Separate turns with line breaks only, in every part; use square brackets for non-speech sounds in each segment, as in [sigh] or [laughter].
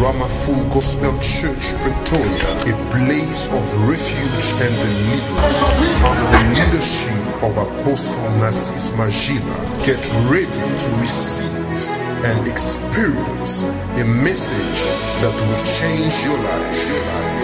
Ramaphul Gospel Church, Pretoria, a place of refuge and deliverance. Under the leadership of Apostle Narcis Magila, get ready to receive and experience a message that will change your life.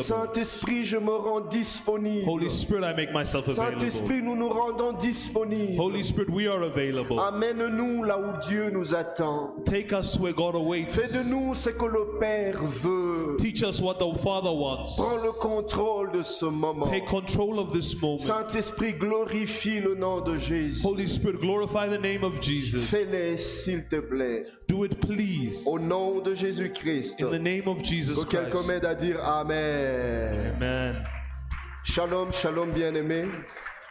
Saint-Esprit, je me rends disponible.
Holy Spirit, I make myself available.
Saint-Esprit, nous nous rendons disponibles.
Holy Spirit, we are available.
Amène-nous là où Dieu nous attend.
Take us to where God awaits.
Fais de nous ce que le Père veut.
Teach us what the Father wants.
Prends le contrôle de ce moment.
Take control of this moment.
Saint-Esprit, glorifie le nom de Jésus.
Holy Spirit, glorify the name of Jesus.
Fais-les, s'il te plaît.
Do it, please.
Au nom de Jésus-Christ.
In the name of Jesus
Que quelqu'un
Christ.
m'aide à dire Amen.
Amen.
Shalom, shalom, bien-aimés.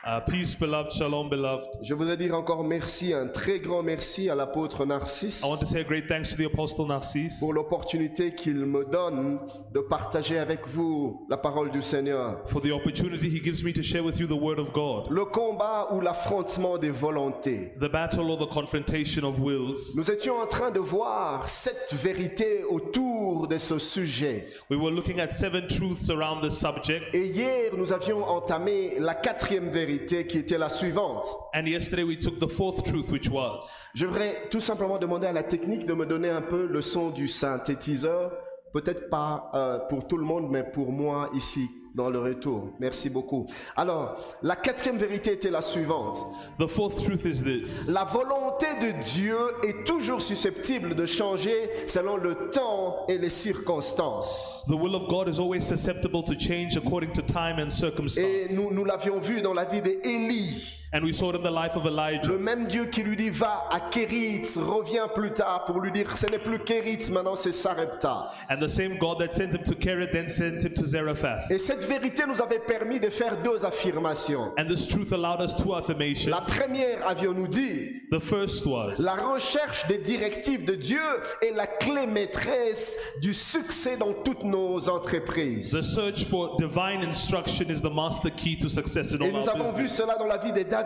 Uh, peace, beloved. Shalom, beloved.
Je voudrais dire encore merci, un très grand merci à l'apôtre Narcisse.
I want to say a great thanks to the Apostle Narcisse
pour l'opportunité qu'il me donne de partager avec vous la parole du Seigneur.
for the opportunity he gives me to share with you the Word of God.
Le combat ou l'affrontement des volontés.
The battle or the confrontation of wills.
Nous étions en train de voir cette vérité autour de ce sujet.
We were looking at seven truths around this subject,
Et hier, nous avions entamé la quatrième vérité qui était la suivante.
and yesterday we took the fourth truth, which was
Je voudrais tout simplement demander à la technique de me donner un peu le son du synthétiseur. Peut-être pas euh, pour tout le monde, mais pour moi ici, dans le retour. Merci beaucoup. Alors, la quatrième vérité était la suivante.
the fourth truth is this.
La volonté de Dieu est toujours susceptible de changer selon le temps et les circonstances.
The will of God is always susceptible to change according to time and
Et
circumstance.
nous, nous l'avions vu dans la vie d'Élie.
And we saw it in the life of
Le
Elijah.
même Dieu qui lui dit va à Kéritz, reviens plus tard pour lui dire ce n'est plus Kéritz, maintenant c'est Sarepta.
And the same God that sent him to Kerith then sends him to Zarephath.
Et cette vérité nous avait permis de faire deux affirmations.
And this truth allowed us two affirmations.
La première, avions-nous dit,
The first was
la recherche des directives de Dieu est la clé maîtresse du succès dans toutes nos entreprises.
the search for divine instruction is the master key to success in
Et
all
Eh, nous
our
avons vu
business.
cela dans la vie de David.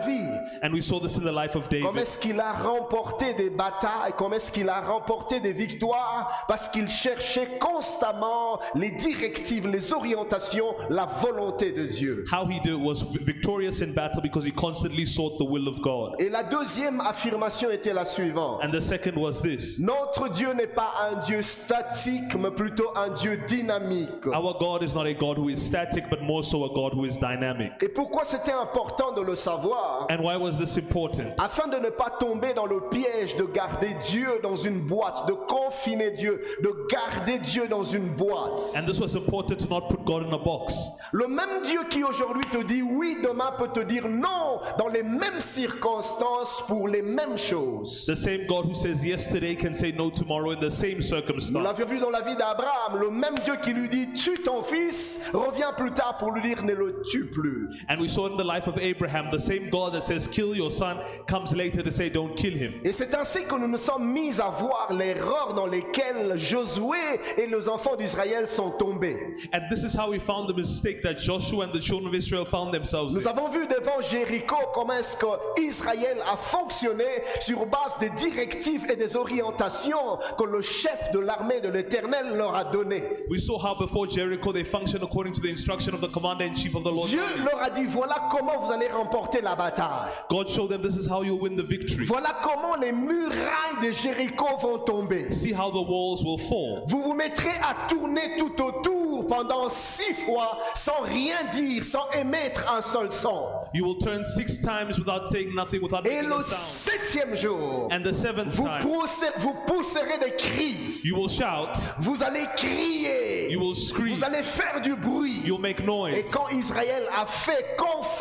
And we saw this in the life of
Comment
David.
est-ce qu'il a remporté des batailles, comment est-ce qu'il a remporté des victoires, parce qu'il cherchait constamment les directives, les orientations, la volonté de Dieu.
How he did was victorious in battle because he constantly sought the will of God.
Et la deuxième affirmation était la suivante.
And the second was this.
Notre Dieu n'est pas un Dieu statique, mais plutôt un Dieu dynamique.
Our God is not a God who is static, but more so a God who is dynamic.
Et pourquoi c'était important de le savoir
And why was this important?
afin de ne pas tomber dans le piège de garder Dieu dans une boîte, de confiner Dieu, de garder Dieu dans une boîte.
And this was important to not put God in a box.
Le même Dieu qui aujourd'hui te dit oui, demain peut te dire non dans les mêmes circonstances pour les mêmes choses.
The same God who says yes today can say no tomorrow in the same
Nous
circumstance.
l'avions vu dans la vie d'Abraham, le même Dieu qui lui dit tue ton fils, reviens plus tard pour lui dire ne le tue plus.
And we saw in the life of Abraham, the same God that says kill your son comes later to say don't kill him.
Et c'est ainsi que nous nous sommes mis à voir l'erreur dans laquelle Josué et les enfants d'Israël sont tombés.
And this is how we found the mistake that Joshua and the children of Israel found themselves in.
Nous avons vu devant Jéricho comment est-ce que Israël a fonctionné sur base des directives et des orientations que le chef de l'armée de l'Éternel leur a données.
We saw how before Jericho they functioned according to the instruction of the commander in chief of the Lord.
Dieu leur a dit voilà comment vous allez remporter la bataille.
God showed them this is how you'll win the victory.
Voilà comment les murailles de Jéricho vont tomber.
See how the walls will fall.
Vous vous mettrez à tourner tout autour pendant six fois sans rien dire, sans émettre un seul son.
You will turn six times without saying nothing, without
Et
making
le
a sound.
septième jour,
And the seventh
vous,
time,
poussez- vous pousserez des cris.
you will shout,
Vous allez crier.
you will scream,
Vous allez faire du bruit.
you'll make
Et
noise.
quand Israël a fait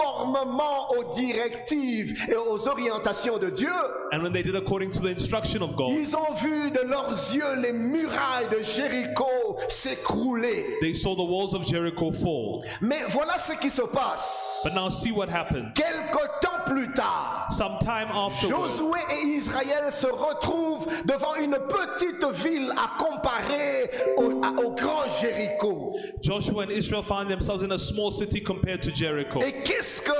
conformément aux directives et aux orientations de Dieu,
And when they did according to the instruction of God,
ils ont vu de leurs yeux les murailles de Jéricho s'écrouler.
they saw the walls of Jericho fall.
Mais voilà ce qui se passe.
But now see what happened.
Quelque temps plus tard,
Some time afterwards,
Josué et Israël se retrouvent devant une petite ville à comparer au, à- au grand Jéricho.
Joshua and Israel found themselves in a small city compared to Jericho.
Et qu'est-ce que euh,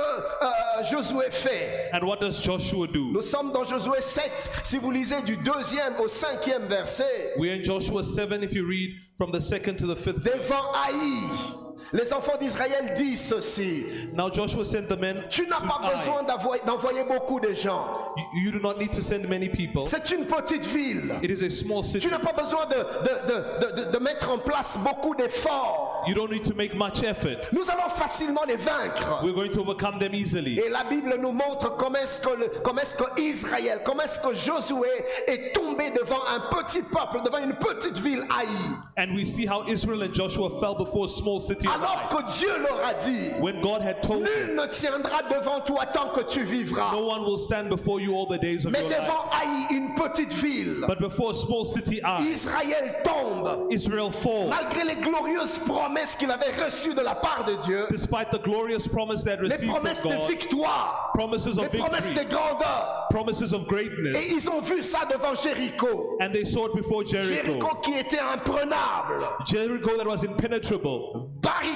euh, Josué fait.
And what does Joshua do?
Nous sommes dans Josué 7. Si vous lisez du deuxième au cinquième verset,
We're in Joshua 7 if you read from the 2nd to the 5th.
devant Haï, les enfants d'Israël disent ceci.
Now Joshua sent the men
Tu n'as
to
pas
Ai.
besoin d'avo- d'envoyer beaucoup de gens.
You, you do not need to send many people.
C'est une petite ville.
It is a small
Tu
city.
n'as pas besoin de, de- de- de- de- de mettre en place beaucoup d'efforts.
You don't need to make much effort.
Nous allons facilement les vaincre.
We're going to overcome them easily.
Et la Bible nous montre comment est-ce que, le- comment est-ce que Israël, comment est-ce que Josué est tombé devant un petit peuple, devant une petite ville haïe.
And we see how Israel and Joshua fell before a small city of
Alors
Ai.
que Dieu leur a dit,
When God had told them,
nul ne tiendra devant toi tant que tu vivras.
no one will stand before you all the days of
Mais
your life.
devant Haï, une petite ville,
But before a small city I,
Israël tombe.
Israel falls.
Malgré les glorieuses promesses qu'il avait reçues de la part de Dieu,
Despite the glorious promise that
les
received
promesses
from
de
God,
victoire,
promises
les
of
promesses de
victory,
grandeur.
promises of greatness,
Et ils ont vu ça devant Jéricho.
and they saw it before Jericho.
Jéricho qui était imprenable,
Jericho that was impenetrable,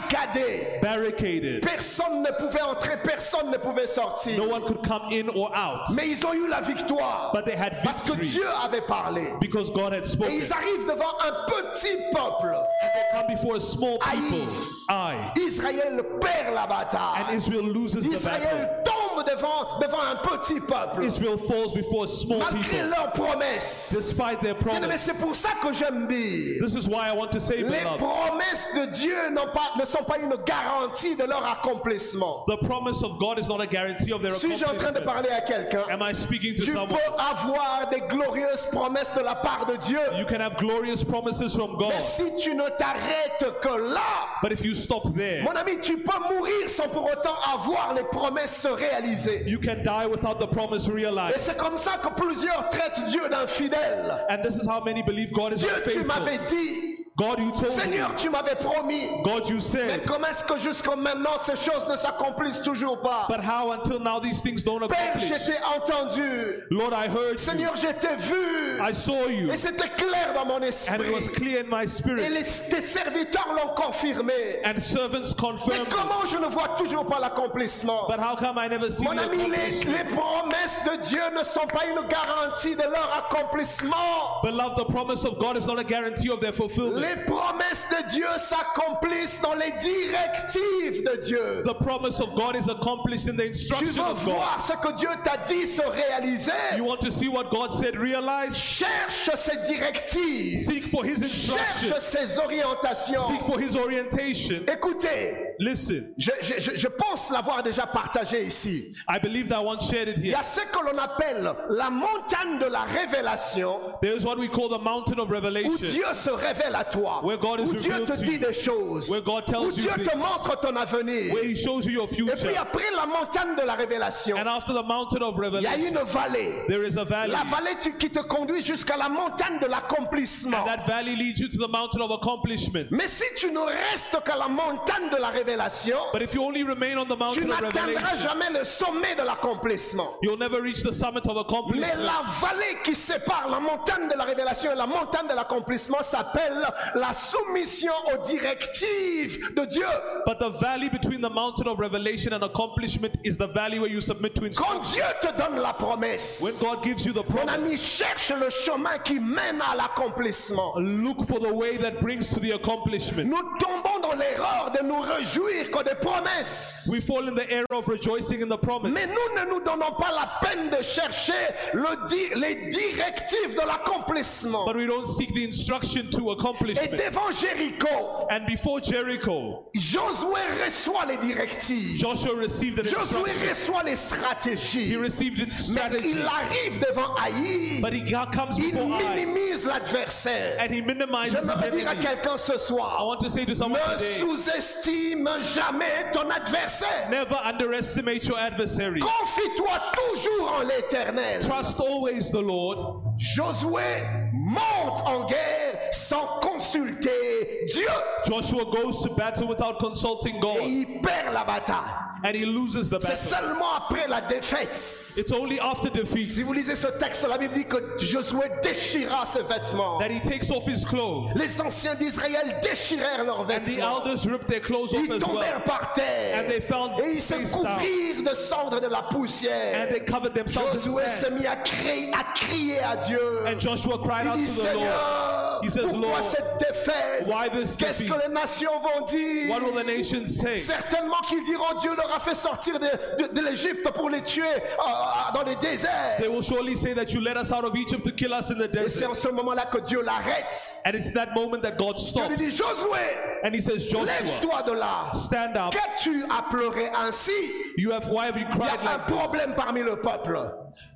barricadé.
barricaded.
Personne ne pouvait entrer, personne ne pouvait sortir.
No one could come in or out.
Mais ils ont eu la victoire
But they had
parce que
victory
Dieu avait parlé.
because God had
Et
spoken.
ils arrivent devant un petit peuple.
And they come before a small
Aïe.
people. I.
Israël perd la
And
bataille.
Israel loses the battle.
Israël tombe devant, devant un petit peuple.
Israel falls before a small
Malgré
people
leurs promesses.
despite their
Mais
promise.
c'est pour ça que j'aime dire.
This is why I want to
Les
say, beloved,
promesses de Dieu n'ont pas- ne sont pas une garantie de leur accomplissement.
the promise of God is not a guarantee of their
Suis-je en train de
accomplishment.
parler à quelqu'un
Am I speaking to
Tu peux
someone?
avoir des glorieuses promesses de la part de Dieu,
You can have glorious promises from
mais
God,
si tu ne t'arrêtes que là,
but if you stop there,
mon ami, tu peux mourir sans pour autant avoir les promesses se réaliser.
you can die without the promise
Et
realized.
c'est comme ça que plusieurs traitent Dieu d'infidèle.
And this is how many believe God is
Dieu, tu
unfaithful.
m'avais dit,
God, you told me.
Seigneur, tu m'avais promis.
God, you
Mais
said.
comment est-ce que jusqu'à maintenant ces choses ne s'accomplissent toujours pas
But how until now these things don't
Père, je
accomplish?
t'ai entendu.
Lord, I heard you.
Seigneur, je t'ai vu.
I saw you.
Et c'était clair dans mon
And it was
esprit.
clear in my
Et
spirit.
les, tes serviteurs l'ont confirmé.
And servants
Mais
confirmed. it.
comment je ne vois toujours pas l'accomplissement
But how come I never see
Mon
the
ami, les,
accomplishment?
les promesses de Dieu ne sont pas une garantie de leur accomplissement.
Beloved, the promise of God is not a guarantee of their fulfillment.
Les promesses de Dieu s'accomplissent dans les directives de Dieu.
The promise of God is accomplished in the
Tu
instruction
veux
of God.
voir ce que Dieu t'a dit se réaliser
You want to see what God said realized?
Cherche ces directives.
Seek for His instruction.
Cherche ces
Seek
orientations.
for His orientation.
Écoutez,
Listen,
Je, je- je- je pense l'avoir déjà partagé ici.
I believe that I once shared it
Il y
here.
a ce que l'on appelle la montagne de la révélation
There is what we call the mountain of
où
revelation,
Dieu se révèle à toi,
Where God is
où Dieu
revealed
te
to
dit
you.
des choses,
Where God tells
où
you
Dieu te
things.
montre ton avenir.
where He shows you your
Et
future.
puis après la montagne de la révélation,
And after the mountain of
il y a
revelation,
une vallée.
there is a valley.
La vallée tu- qui te conduit jusqu'à la montagne de l'accomplissement.
And that valley leads you to the mountain of accomplishment.
Mais si tu ne restes qu'à la montagne de la révélation,
But if you only remain on the
tu
mountain of
n'atteindras
revelation,
jamais le sommet de l'accomplissement.
you'll never reach the summit of
Mais
accomplishment.
la vallée qui sépare la montagne de la révélation et la montagne de l'accomplissement s'appelle la soumission aux directives de Dieu.
But the valley between the mountain of revelation and accomplishment is the valley where you submit to instruction.
Quand Dieu te donne la promesse,
When God gives you the
mon
promise,
ami, cherche le chemin qui mène à l'accomplissement.
look for the way that brings to the accomplishment.
Nous tombons dans l'erreur de nous réjouir que des promesses.
We fall in the error of rejoicing in the promise.
Mais nous ne nous donnons pas la peine de chercher le di- les directives de l'accomplissement.
But we don't seek the instruction to
Et
accomplishment.
devant Jéricho,
And before Jericho,
Josué reçoit les directives.
Joshua received an
Josué
instruction.
reçoit les
He
stratégies.
received a
Mais
strategy.
il arrive devant Haï.
But he comes
Il
before I
minimise l'adversaire.
and he
Je
minimizes his
me dire à
enemy. Oh,
quelqu'un ce
I
soir.
want to say to someone
Ne
today,
sous-estime jamais ton adversaire.
never underestimate your adversary.
Confie-toi toujours en l'éternel.
Trust always the Lord.
Josué monte en guerre sans consulter Dieu.
Joshua goes to battle without consulting
Et
God.
il perd la bataille.
and he loses the
C'est
battle.
seulement après la défaite.
It's only after
Si
defeat
vous lisez ce texte, la Bible dit que Josué déchira ses vêtements.
that he takes off his clothes.
Les anciens d'Israël déchirèrent leurs
And the
vêtements.
elders ripped their clothes off
Ils
as well.
tombèrent par terre.
And they fell
Et ils se
face
couvrirent de cendres et de la poussière.
And they covered themselves in
Josué s'est
sand.
mis à crier, à crier à Dieu.
And Joshua cried
Il
out to
dit
the Lord,
Seigneur,
He says,
pourquoi
Lord,
cette défaite
why this
Qu'est-ce
defeat?
que les nations vont dire
What will the nations say?
Certainement qu'ils diront Dieu leur a fait sortir de, de- de l'Égypte pour les tuer euh, dans les déserts.
They will surely say that you led us out of Egypt to kill us in the
Et c'est
desert.
en ce moment-là que Dieu l'arrête.
And it's that moment that God
Dieu lui
stops.
dit Josué,
And he says, Joshua,
lève-toi de là.
stand up.
Qu'as-tu à pleurer ainsi
You have why have you
Il y
cried
a un
like this?
problème parmi le peuple.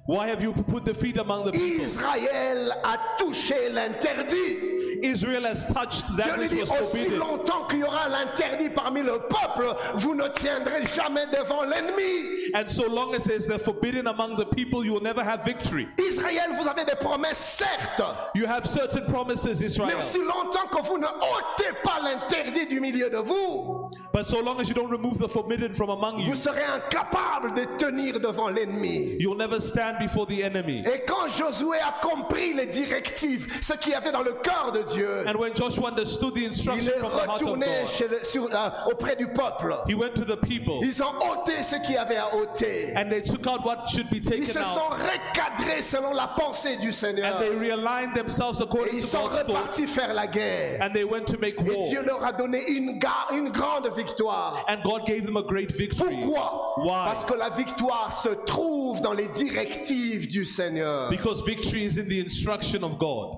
Why have you put defeat among the people?
Israël a touché l'interdit.
Israel has touched
Je
that
lui
which
dis
was
aussi
forbidden.
longtemps qu'il y aura l'interdit parmi le peuple, vous ne tiendrez jamais devant l'ennemi.
And so long as there's the forbidden among the people, you will never have victory.
Israël, vous avez des promesses, certes,
You have certain promises,
mais
Israel.
aussi longtemps que vous ne ôtez pas l'interdit du milieu de vous,
But so long as you don't remove the forbidden from among you,
vous serez incapable de tenir devant l'ennemi.
you'll never stand before the enemy.
Et quand Josué a compris les directives, ce qu'il y avait dans le cœur de Dieu,
And when Joshua understood the
il
instruction
est
from the heart of
retourné
God,
chez le- sur- euh, auprès du peuple.
he went to the people
Ils ont ôté ce qu'il y avait à ôter.
and they took out what should be
Ils
taken
se
out
sont recadrés selon la pensée du Seigneur.
and they realigned themselves
Et
according
ils
to
sont
God's thought
repartis faire la guerre.
and they went to make
Et Dieu
war.
leur a donné une, ga- une grande victoire.
And God gave them a great victory.
Pourquoi
Why?
Parce que la victoire se trouve dans les directives du Seigneur.
Because victory is in the instruction of God.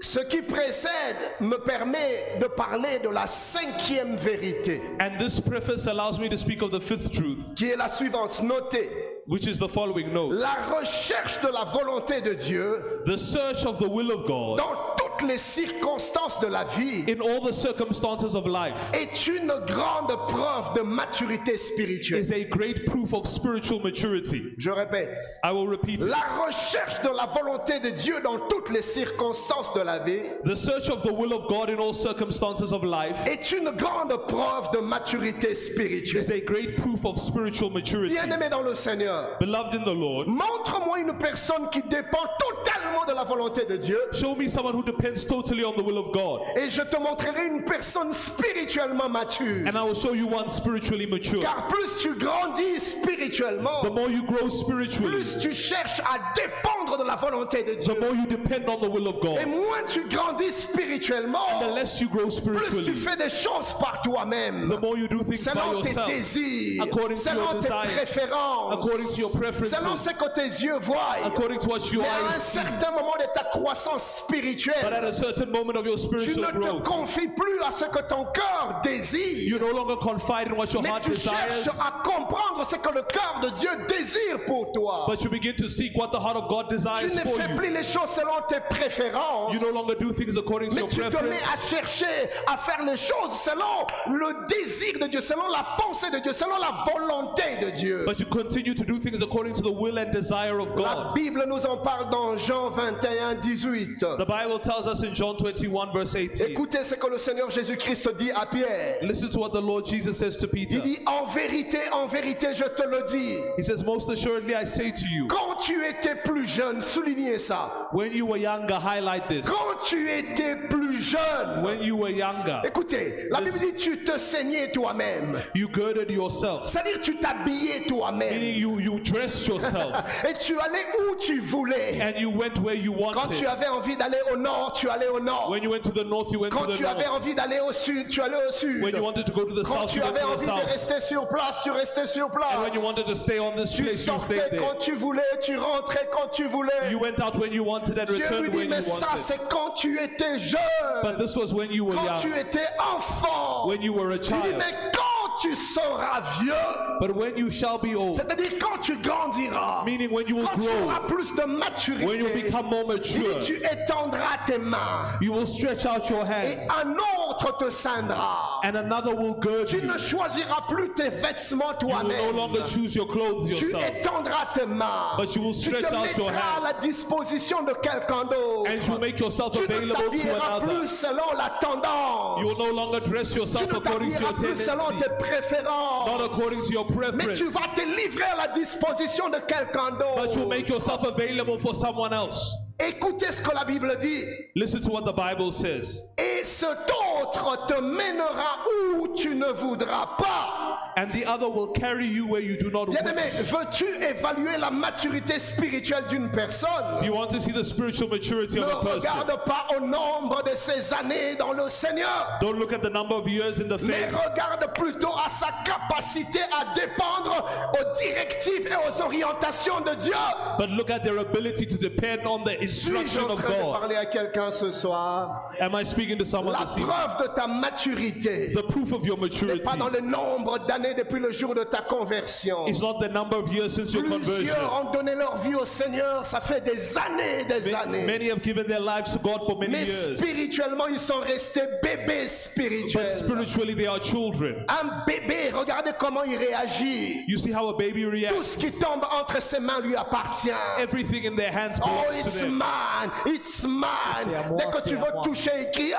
Ce qui précède me permet de parler de la cinquième vérité,
And this preface allows me to speak of the fifth truth,
qui est la suivante. Notez,
which is the following note.
la recherche de la volonté de Dieu
The search of the will of God
dans toutes les circonstances de la vie
in all the circumstances of life
est une grande preuve de maturité spirituelle.
is a great proof of spiritual maturity.
Je répète,
I will repeat it.
la recherche de la volonté de Dieu dans toutes les circonstances de la vie
The search of the will of God in all circumstances of life
est une grande preuve de maturité spirituelle.
is a great proof of spiritual maturity.
Bien-aimé dans le Seigneur,
Beloved in the Lord,
montre-moi une personne qui dépend totalement de la volonté de Dieu
show me someone who depends totally on the will of God,
et je te montrerai une personne spirituellement mature.
and I will show you one spiritually mature.
Car plus tu grandis spirituellement,
The more you grow spiritually,
plus tu cherches à dépendre de la volonté de
the
Dieu.
more you depend on the will of
Et
God,
moins tu grandis
Oh. the
spirituellement,
less you grow
plus tu
spiritually.
fais des choses par toi-même.
The more you do things by
Selon tes
yourself,
désirs,
according to
selon
your
tes
desires, according to your
préférences,
preferences,
selon ce que tes yeux voient,
according to what you
mais à
are.
un certain moment de ta croissance
But
spirituelle,
at a certain moment of your
tu
spiritual
ne te
growth,
confies plus à ce que ton cœur désire,
you no longer confide in what your
mais
heart
tu
desires,
cherches à comprendre ce que le cœur de Dieu désire pour toi.
but you begin to seek what the heart of God
Tu
desires
ne
for
fais
you.
plus les choses selon tes préférences,
You no longer do things according to
mais
your
tu te mets
preference,
à chercher à faire les choses selon le désir de Dieu, selon la pensée de Dieu, selon la volonté de Dieu.
but you continue to do things according to the will and desire of
La
God.
Bible nous en parle dans Jean 21, 18.
The Bible tells us in John 21, verse 18.
Écoutez ce que le Seigneur Jésus-Christ dit à Pierre.
Listen to what the Lord Jesus says to Peter.
Il dit, en vérité, en vérité, je te le dis.
He says, Most assuredly, I say to you,
Quand tu étais plus jeune, soulignez ça.
when you were younger, highlight this.
Quand tu étais plus jeune.
When you were younger,
Écoutez, la Bible dit, tu te saignais toi-même.
you girded yourself,
C'est-à-dire, tu t'habillais toi-même.
meaning you, you dressed yourself. [laughs]
Et tu allais où tu voulais.
and you went where you
Quand tu
wanted.
avais envie d'aller au nord, tu allais au nord.
When you went to the north, you went
Quand
to the
tu avais
north.
envie d'aller au sud, tu allais au sud.
When you wanted to go to the
Quand
south, you
tu
went
avais
to the
envie de
south.
rester sur place, tu restais sur
And when you
place.
wanted to stay on this
Tu
place, you
sortais
stayed
quand
there.
tu voulais, tu rentrais quand tu voulais.
You went out when you wanted and
Je lui
returned
dis,
when
mais
you
ça,
wanted.
c'est quand tu étais
But
jeune,
this was when you were
quand tu
young,
étais enfant.
when you were a
Je lui dis,
child.
mais quand tu seras vieux,
But when you shall be old,
c'est-à-dire quand tu grandiras,
meaning when you will
quand tu
grow,
auras plus de
when you
maturité,
become more
il dit,
mature,
tu étendras tes mains.
you will stretch out your
Et
hands,
un autre autre te ceindra.
and another will gird
Tu
you.
ne choisiras plus tes vêtements
You will no
toi-même.
longer choose your clothes
Tu
yourself,
étendras tes mains.
But you will
tu te
stretch out your
mettras à la disposition de quelqu'un d'autre.
and you will make yourself
Tu ne
available to
t'habilleras
another.
plus selon la tendance.
You will no longer dress
tu
yourself
ne
according to
t'habilleras
your
plus
tendency,
selon tes
not
préférences.
according to your
mais
preference,
tu vas te livrer à la disposition de quelqu'un
but
d'autre.
you make yourself available for someone else.
Écoutez ce que la Bible dit.
Listen to what the Bible says.
Et cet autre te mènera où tu ne voudras pas.
And the other will carry you where you do not
Bien aimé,
wish.
veux-tu évaluer la maturité spirituelle d'une personne
If you want to see the spiritual maturity
Ne
of a person,
regarde pas au nombre de ses années dans le Seigneur,
don't look at the number of years in the
mais
faith,
regarde plutôt à sa capacité à dépendre aux directives et aux orientations de Dieu.
but look at their ability to depend on the
Suis-je
instruction
en
of
train de
God.
parler à quelqu'un ce soir
Am I speaking to someone
La
this evening?
preuve de ta maturité
The proof of your
n'est
maturity
pas dans le nombre d'années depuis le jour de ta conversion.
is not the number of years since your conversion.
Plusieurs ont donné leur vie au Seigneur, ça fait des années, des
Ma-
années.
Many have given their lives to God for many
Mais
years,
spirituellement, ils sont restés bébés
but
spirituels.
spiritually they are children.
Un bébé, regardez comment il réagit.
You see how a baby
Tout
reacts.
ce qui tombe entre ses mains lui appartient.
Everything in their hands
Oh,
belongs to
it's
them.
mine, it's mine.
C'est à moi,
Dès que
c'est
tu
à
veux
moi.
toucher, il crie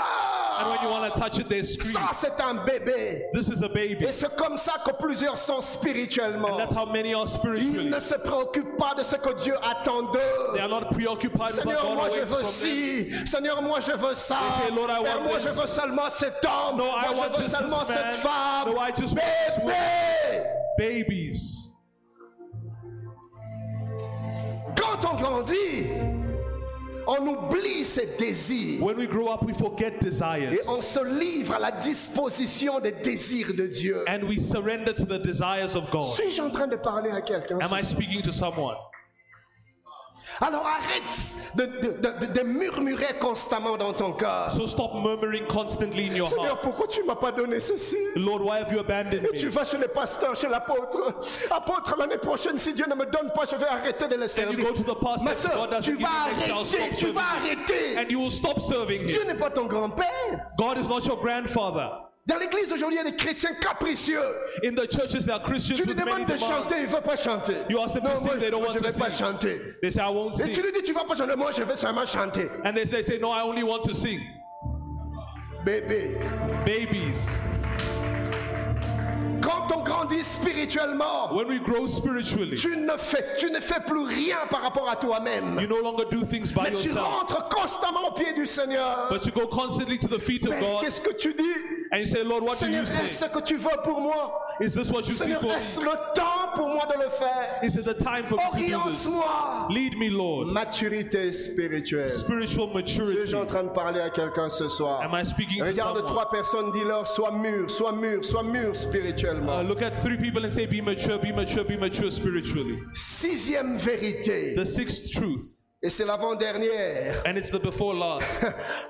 And when you
Ah
want to touch it, they scream.
Ça, c'est un bébé.
This is a baby.
Et c'est comme ça que plusieurs sont spirituellement.
And that's how many are
Ils
spiritually.
ne se préoccupent pas de ce que Dieu attend d'eux.
They are not preoccupied with what
Seigneur, moi
God
je
awaits
veux
from them.
ci. Seigneur, moi je veux ça.
They say, Lord, I
Père,
want
moi
this.
je veux seulement cet homme.
No, I
moi
want
je veux
just this
seulement
man.
cette femme.
No, I just want this
Bébé!
Babies.
Quand on grandit, on oublie ses désirs.
When we grow up, we forget desires.
Et on se livre à la disposition des désirs de Dieu.
And we surrender to the desires of God.
Suis-je en train de parler à quelqu'un
Am I speaking to someone?
Alors arrête de, de, de- de murmurer constamment dans ton cœur.
So stop murmuring constantly in your
Seigneur,
heart.
pourquoi tu m'as pas donné ceci
Lord, why have you abandoned
Et tu
me?
vas chez les pasteurs, chez l'apôtre. Apôtre, l'année prochaine, si Dieu ne me donne pas, je vais arrêter de le servir.
go to the pastor,
Ma
if
soeur,
God doesn't
tu
give you
vas
next, I'll stop
arrêter, tu
serving
vas
you.
arrêter.
And you will stop serving
Dieu
Him.
n'est pas ton grand-père.
God is not your grandfather.
Dans l'église aujourd'hui, il y a des chrétiens capricieux.
In the churches, there are Christians
Tu lui
with many
demandes de chanter,
demands.
il ne veut pas chanter.
You ask them to
non,
sing,
moi,
they don't
moi,
want
je
to
ne vais pas
sing.
chanter.
They say, I won't
Et tu
sing.
lui dis, tu vas pas chanter, moi je vais seulement chanter.
And they, they say, No, I only want to sing.
Bébé,
Babies.
quand on grandit spirituellement,
When we grow spiritually,
tu ne fais, tu ne fais plus rien par rapport à toi-même.
you no longer do things by
Mais tu
yourself,
rentres constamment au pied du Seigneur.
but you go constantly to the feet of
Mais
God
Qu'est-ce que tu dis
and you say, Lord, what do
Seigneur,
you
est-ce
say?
ce que tu veux pour moi
Is this what you see
Seigneur,
for me?
est-ce le temps pour moi de le faire
Is it the time for me to do this?
Oriente-moi
Lead me, Lord.
Maturité spirituelle.
Spiritual
Je
maturity.
suis en train de parler à quelqu'un ce soir.
Am I speaking to
Regarde
someone?
trois personnes, dis-leur, sois mûr, sois mûr, sois mûr
Uh,
spirituellement.
look at three people and say, Be mature, be mature, be mature spiritually.
Sixième vérité,
The sixth truth,
et c'est l'avant-dernière.
and it's the before last.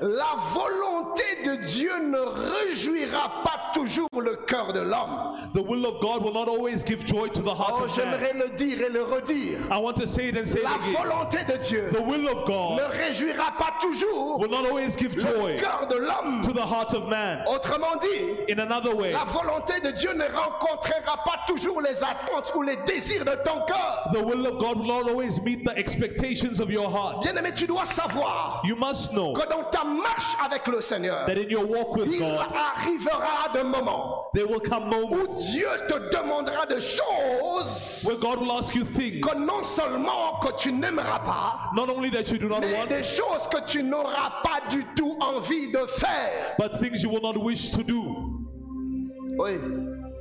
La volonté de Dieu ne réjouira pas toujours le cœur de l'homme.
the will of God will not always give joy to the heart
Oh,
of man.
j'aimerais le dire et le redire.
I want to say it and say it
La
again.
volonté de Dieu
The will of
ne
God
réjouira pas toujours
will not always give
le
joy
cœur de l'homme.
to the heart of man.
Autrement dit,
In another way,
la volonté de Dieu ne rencontrera pas toujours les attentes ou les désirs de ton cœur.
the will of God will not always meet the expectations of your heart.
Bien aimé, tu dois savoir
You must know
que dans ta marche avec le Seigneur,
that in your walk with
il
God,
arrivera des moments
there will come
où
moments
Dieu te demandera des choses
where God will ask you things,
que non seulement que tu n'aimeras pas,
not only that you do not
mais
want,
des choses que tu n'auras pas du tout envie de faire.
but things you will not wish to do.
Oui.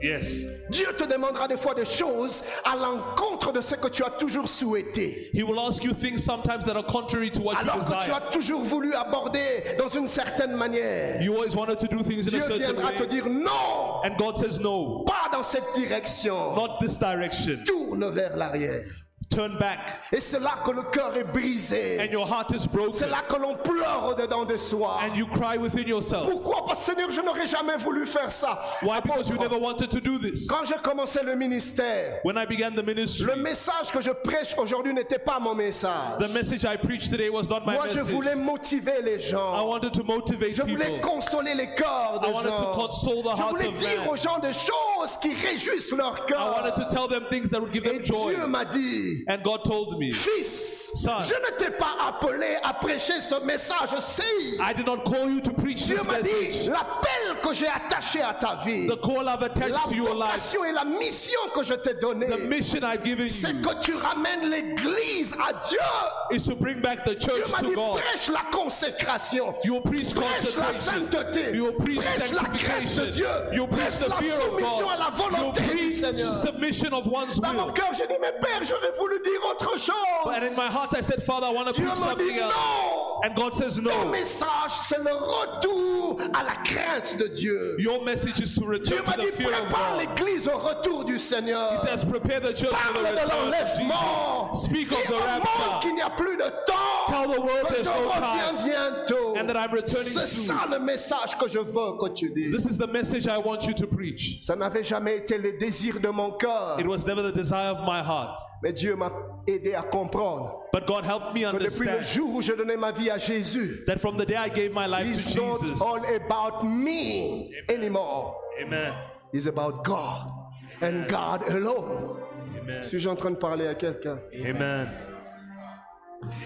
Yes.
Dieu te demandera des fois des choses à l'encontre de ce que tu as toujours souhaité.
He will ask you things sometimes that are contrary to what you
Alors que tu as
desire.
toujours voulu aborder dans une certaine manière.
You always wanted to do things in a
Dieu
certain
viendra te
way,
dire non,
and God says, No,
pas dans cette direction.
not this direction.
Tourne vers l'arrière.
Turn back,
Et c'est là que le cœur est brisé.
and your heart is broken,
C'est là que l'on pleure au-dedans de soi.
and you cry within yourself.
Pourquoi Parce que Seigneur, je n'aurais jamais voulu faire ça.
Why? Because you
Apôtre,
never wanted to do this.
Quand j'ai commencé le ministère,
When I began the
le
ministry,
message que je prêche aujourd'hui n'était pas mon message.
the message I preached today was not my
Moi, je
message.
voulais motiver les
I
gens.
wanted to motivate
Je voulais
people.
consoler les cœurs de
I wanted to
gens.
console the
Je
hearts
voulais
of
dire
man.
aux gens des choses qui réjouissent leur
I
cœur.
wanted to tell them things that would give
Et
them joy.
Dieu m'a dit,
And God told me,
fils,
Son.
je ne t'ai pas appelé à prêcher ce message ci.
I did not call you to preach
Dieu
this
m'a dit,
message.
l'appel que j'ai attaché à ta vie,
The call I've
la
attached to your life,
vocation et la mission que je t'ai
the
donnée,
mission I've given
c'est
you,
que tu ramènes l'Église à Dieu.
is to bring back the
Dieu
church
m'a
to
dit,
God.
prêche la consécration.
You will preach
Prêche la
consecration.
sainteté,
You will preach
prêche la grâce de
sanctification.
Dieu,
You
prêche
preach the
la
fear of
soumission à la
God. You
volonté du
preach
Seigneur.
submission of one's
Dans mon
will.
cœur, j'ai dit, mais Père, j'aurais voulu dire autre
And in
chose.
my heart, I said, Father, I want to
Dieu
preach
m'a dit,
something else.
non.
And God says,
Ton
No.
message, c'est le retour à la crainte de Dieu.
Your message is to
Dieu
return
m'a
to
dit,
the fear of
prépare
God.
l'Église au retour du Seigneur.
He says, Prepare the church for the
Parle de
return of
l'enlèvement.
Jesus. Speak of
Dis
the
au monde
rapture.
qu'il n'y a plus de temps.
Tell the world
que je
there's no
reviens
time.
bientôt.
And that I'm returning
C'est
soon.
ça le message que je veux que tu dises.
This is the message I want you to preach.
Ça n'avait jamais été le désir de mon cœur.
It was never the desire of my heart.
Mais Dieu m'a aidé à comprendre
But God helped me
que depuis le
understand
jour où je donnais ma vie à Jésus,
that from the day I gave my life to
it's not
Jesus,
all about me anymore.
Amen.
It's about God and God alone.
Amen.
Suis-je en train de parler à quelqu'un
Amen.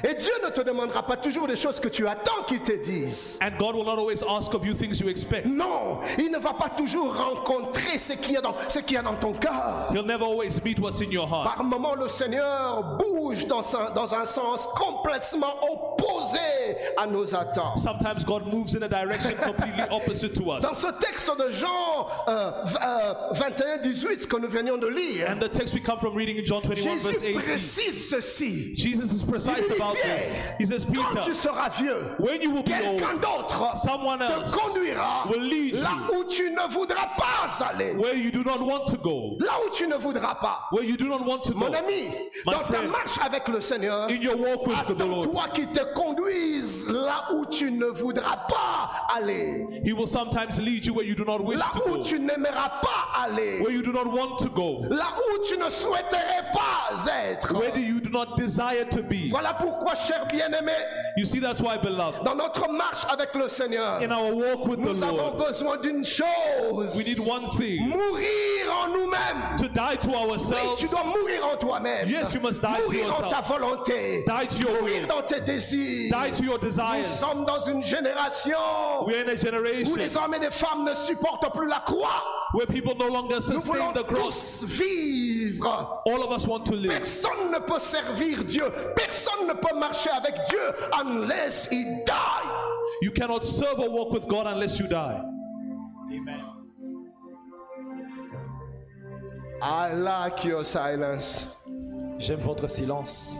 Et Dieu ne te demandera pas toujours les choses que tu attends qu'il te dise.
And God will not always ask of you things you expect.
Non, il ne va pas toujours rencontrer ce qu'il y a dans, ce qu'il y a dans ton cœur.
He'll never always meet what's in your heart.
Par moments, le Seigneur bouge dans un, dans un sens complètement opposé à nos attentes.
Sometimes God moves in a direction completely opposite to
Dans
us.
ce texte de Jean euh, 21-18 que nous venions de lire,
And the text we come from reading in John 21, verse
Jésus
18,
précise ceci.
Jesus is precise
Il dit,
about this.
Pierre,
He says,
Quand tu
Peter,
seras vieux,
when you will be old,
quelqu'un d'autre
someone
te
else
conduira
will lead you.
là où tu ne voudras pas aller.
where you do not want to go,
Là où tu ne voudras pas.
where you do not want to
Mon
go,
ami,
My
dans ta
friend,
marche avec le Seigneur,
in your walk with the Lord,
attends-toi qu'il te conduise là où tu ne voudras pas aller.
He will sometimes lead you where you do not wish
Là
to
où
go,
tu n'aimeras pas aller.
where you do not want to go,
Là où tu ne souhaiterais pas être.
where do you do not desire to be.
Voilà pourquoi, cher bien-aimé,
You see, that's why, beloved,
dans notre marche avec le Seigneur,
in our walk with the
nous avons
Lord,
besoin d'une chose.
we need one thing
Mourir en nous-mêmes.
to die to
Oui,
ourselves,
tu dois mourir en toi-même.
Yes, you must die to
mourir en
yourself.
ta volonté.
die to your
Mourir
will,
dans tes désirs.
die to your
Nous
desires.
sommes dans une génération
We're in a
où
generation
les hommes et les femmes ne supportent plus la croix.
where people no longer
Nous voulons
sustain the cross.
tous vivre.
All of us want to live.
Personne ne peut servir Dieu. Personne ne peut marcher avec Dieu unless he die.
You cannot serve or walk with God unless you die.
I like your silence.
J'aime votre silence.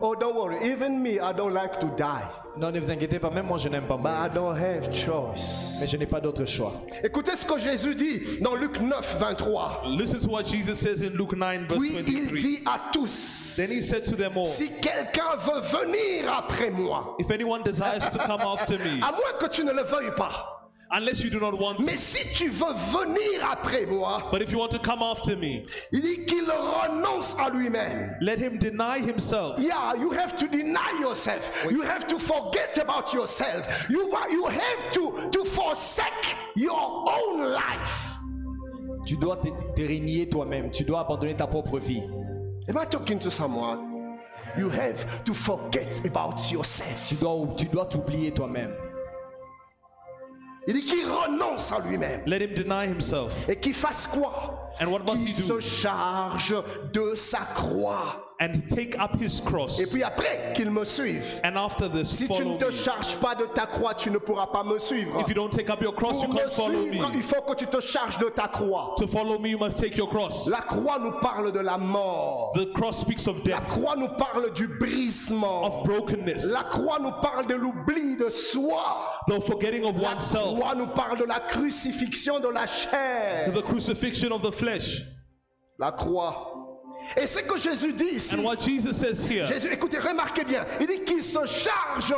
Oh, don't worry. Even me, I don't like to die.
Non, ne vous inquiétez pas, même moi je n'aime pas
But
mourir.
I don't have choice.
Mais je n'ai pas d'autre choix.
Écoutez ce que Jésus dit dans Luc 9, 23.
Listen to what Jesus says in Luke 9, verse
Puis il
23.
dit à tous,
Then he said to them all,
si quelqu'un veut venir après moi,
If anyone desires to come after me,
à moins que tu ne le veuilles pas,
unless you do not want to,
mais si tu veux venir après moi,
but if you want to come after me,
il dit qu'il renonce à lui-même.
let him deny himself.
Yeah, you have to deny yourself. You have to forget about yourself. You, wa- you have to, to forsake your own life.
Tu dois te, te régner toi-même. Tu dois abandonner ta propre vie.
Am I talking to someone? You have to forget about yourself.
Tu dois tu dois t'oublier toi-même.
Il dit qu'il renonce à lui-même.
Let him deny himself.
Et qu'il fasse quoi
And what must
Qu'il
he
se
do?
charge de sa croix.
And take up his cross.
Et puis après, qu'il me suive.
And after this,
Si tu ne
follow
te
me.
charges pas de ta croix, tu ne pourras pas me suivre.
If you don't take up your cross, you
Pour me
can't follow me.
suivre, il faut que tu te charges de ta croix.
To follow me, you must take your cross.
La croix nous parle de la mort.
The cross speaks of
La
death,
croix nous parle du brisement.
of brokenness,
La croix nous parle de l'oubli de soi.
the forgetting of
La
oneself,
croix nous parle de la crucifixion de la chair.
the crucifixion of the flesh.
la croix. Et ce que Jésus dit ici,
And what Jesus says here,
Jésus, écoutez, remarquez bien, il dit qu'il se charge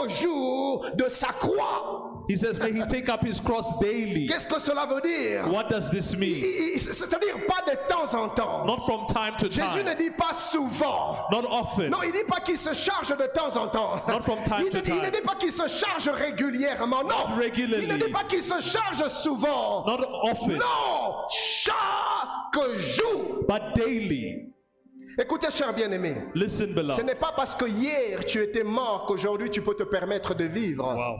chaque jour de sa croix.
he says, May he take up his cross daily.
Qu'est-ce que cela veut dire
What does this
Il-
mean?
il- C'est-à-dire pas de temps en temps.
Not from time to
Jésus ne
time,
dit pas souvent.
not often,
Non, il dit pas qu'il se charge de temps en temps.
Not from time
il, ne
to
dit, il ne
time.
dit pas qu'il se charge régulièrement. Non.
Not regularly.
Il ne dit pas qu'il se charge souvent.
not often,
Non. Chaque jour.
but daily.
Écoutez, cher bien-aimé.
Listen,
Ce
beloved.
n'est pas parce que hier tu étais mort qu'aujourd'hui tu peux te permettre de vivre.
Wow.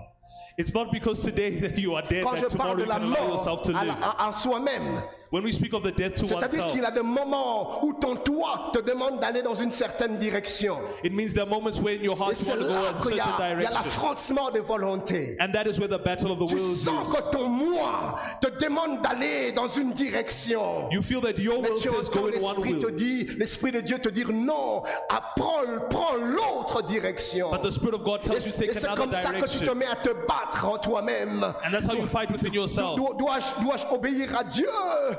It's not because today that you are dead
Quand je
that tomorrow
parle de
you
la
can allow yourself
mort
to
à, la-
live.
à- à soi-même,
When we speak of the death to
c'est-à-dire
oneself,
qu'il y a des moments où ton toit te demande d'aller dans une certaine direction.
it means there are moments when your
Et
heart
c'est
wants to
là
Oh, go in a
qu'il y a,
certain
il y a
direction.
l'affrontement des volontés.
And that is where the battle of the
Tu
wills
sens
is.
que ton moi te demande d'aller dans une direction.
You feel that your
Mais
will
tu
says
entends
go in one
l'esprit te
will.
dit, l'esprit de Dieu te dire non, ah, prends, prends l'autre direction.
But the Spirit of God
Et
tells you
c'est et
take
c'est
another
comme ça que tu te
direction.
mets à te battre en toi-même.
And that's how you fight within yourself.
Dois- Dois-je dois-je obéir à Dieu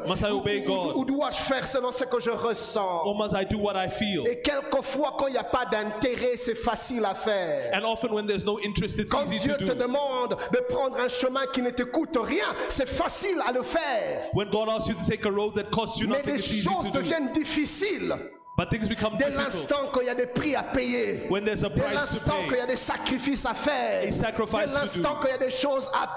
Must I
Ou-
obey
ou,
God?
ou dois-je faire selon ce que je ressens
Or must I do what I feel?
Et quelquefois, quand il n'y a pas d'intérêt, c'est facile à faire.
And often when there's no interest, it's
Quand
easy
Dieu
to
te
do.
demande de prendre un chemin qui ne te coûte rien, c'est facile à le faire.
When God asks you to take a road that costs you
Mais
nothing,
les
it's easy
choses
to do.
deviennent difficiles
But things become
dès
difficult.
l'instant qu'il y a des prix à payer.
When there's a
Dès
price to
l'instant qu'il y
pay,
a des sacrifices à faire,
A sacrifice
dès
to do.
l'instant qu'il y a des choses à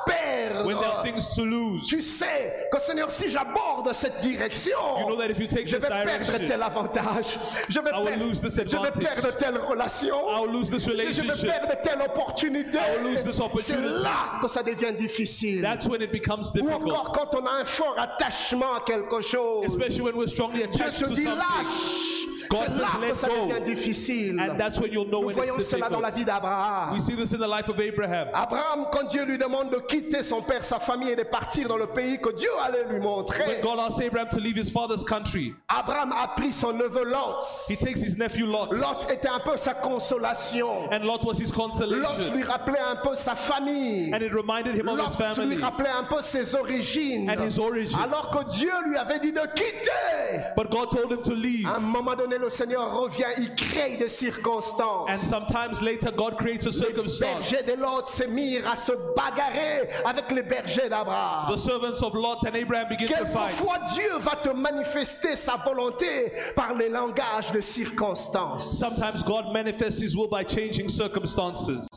when there
perdre,
are things to lose,
tu sais que Seigneur, si j'aborde cette
you
direction,
know that if you take
je
this
vais perdre
direction,
tel avantage, je vais,
I will
perdre,
lose this
je vais
advantage.
perdre telle relation,
I will lose this
je- je vais
relationship.
perdre telle opportunité.
I will lose this
C'est
opportunity.
là que ça devient difficile.
That's when it becomes
Ou encore
difficult.
quand on a un fort attachement à quelque chose,
Especially when we're strongly
Dieu
attached
te
to
dit
something.
lâche.
God
C'est
says,
là que
let
ça
go.
devient difficile.
And that's when you'll know
Nous
when
voyons
it's
cela dans la
difficult.
vie d'Abraham.
We see this in the life of Abraham.
Abraham, quand Dieu lui demande de quitter son père, sa famille et de partir dans le pays que Dieu allait lui montrer,
When God asks Abraham to leave his father's country,
Abraham a pris son neveu Lot.
he takes his nephew Lot.
Lot était un peu sa consolation.
And Lot was his
Lot
consolation.
lui rappelait un peu sa famille.
And it reminded him of his
Lot lui
family.
rappelait un peu ses origines.
And his origins.
Alors que Dieu lui avait dit de quitter.
But God told him to leave.
À un moment donné, le Seigneur revient, il crée des circonstances.
And sometimes later, God creates a
les
circumstance.
bergers de Lot se mirent à se bagarrer avec les bergers d'Abraham.
The servants of Lot and Abraham begin to fight.
Quelquefois, Dieu va te manifester sa volonté par les langages de circonstances.
Sometimes God manifests his will by changing circumstances.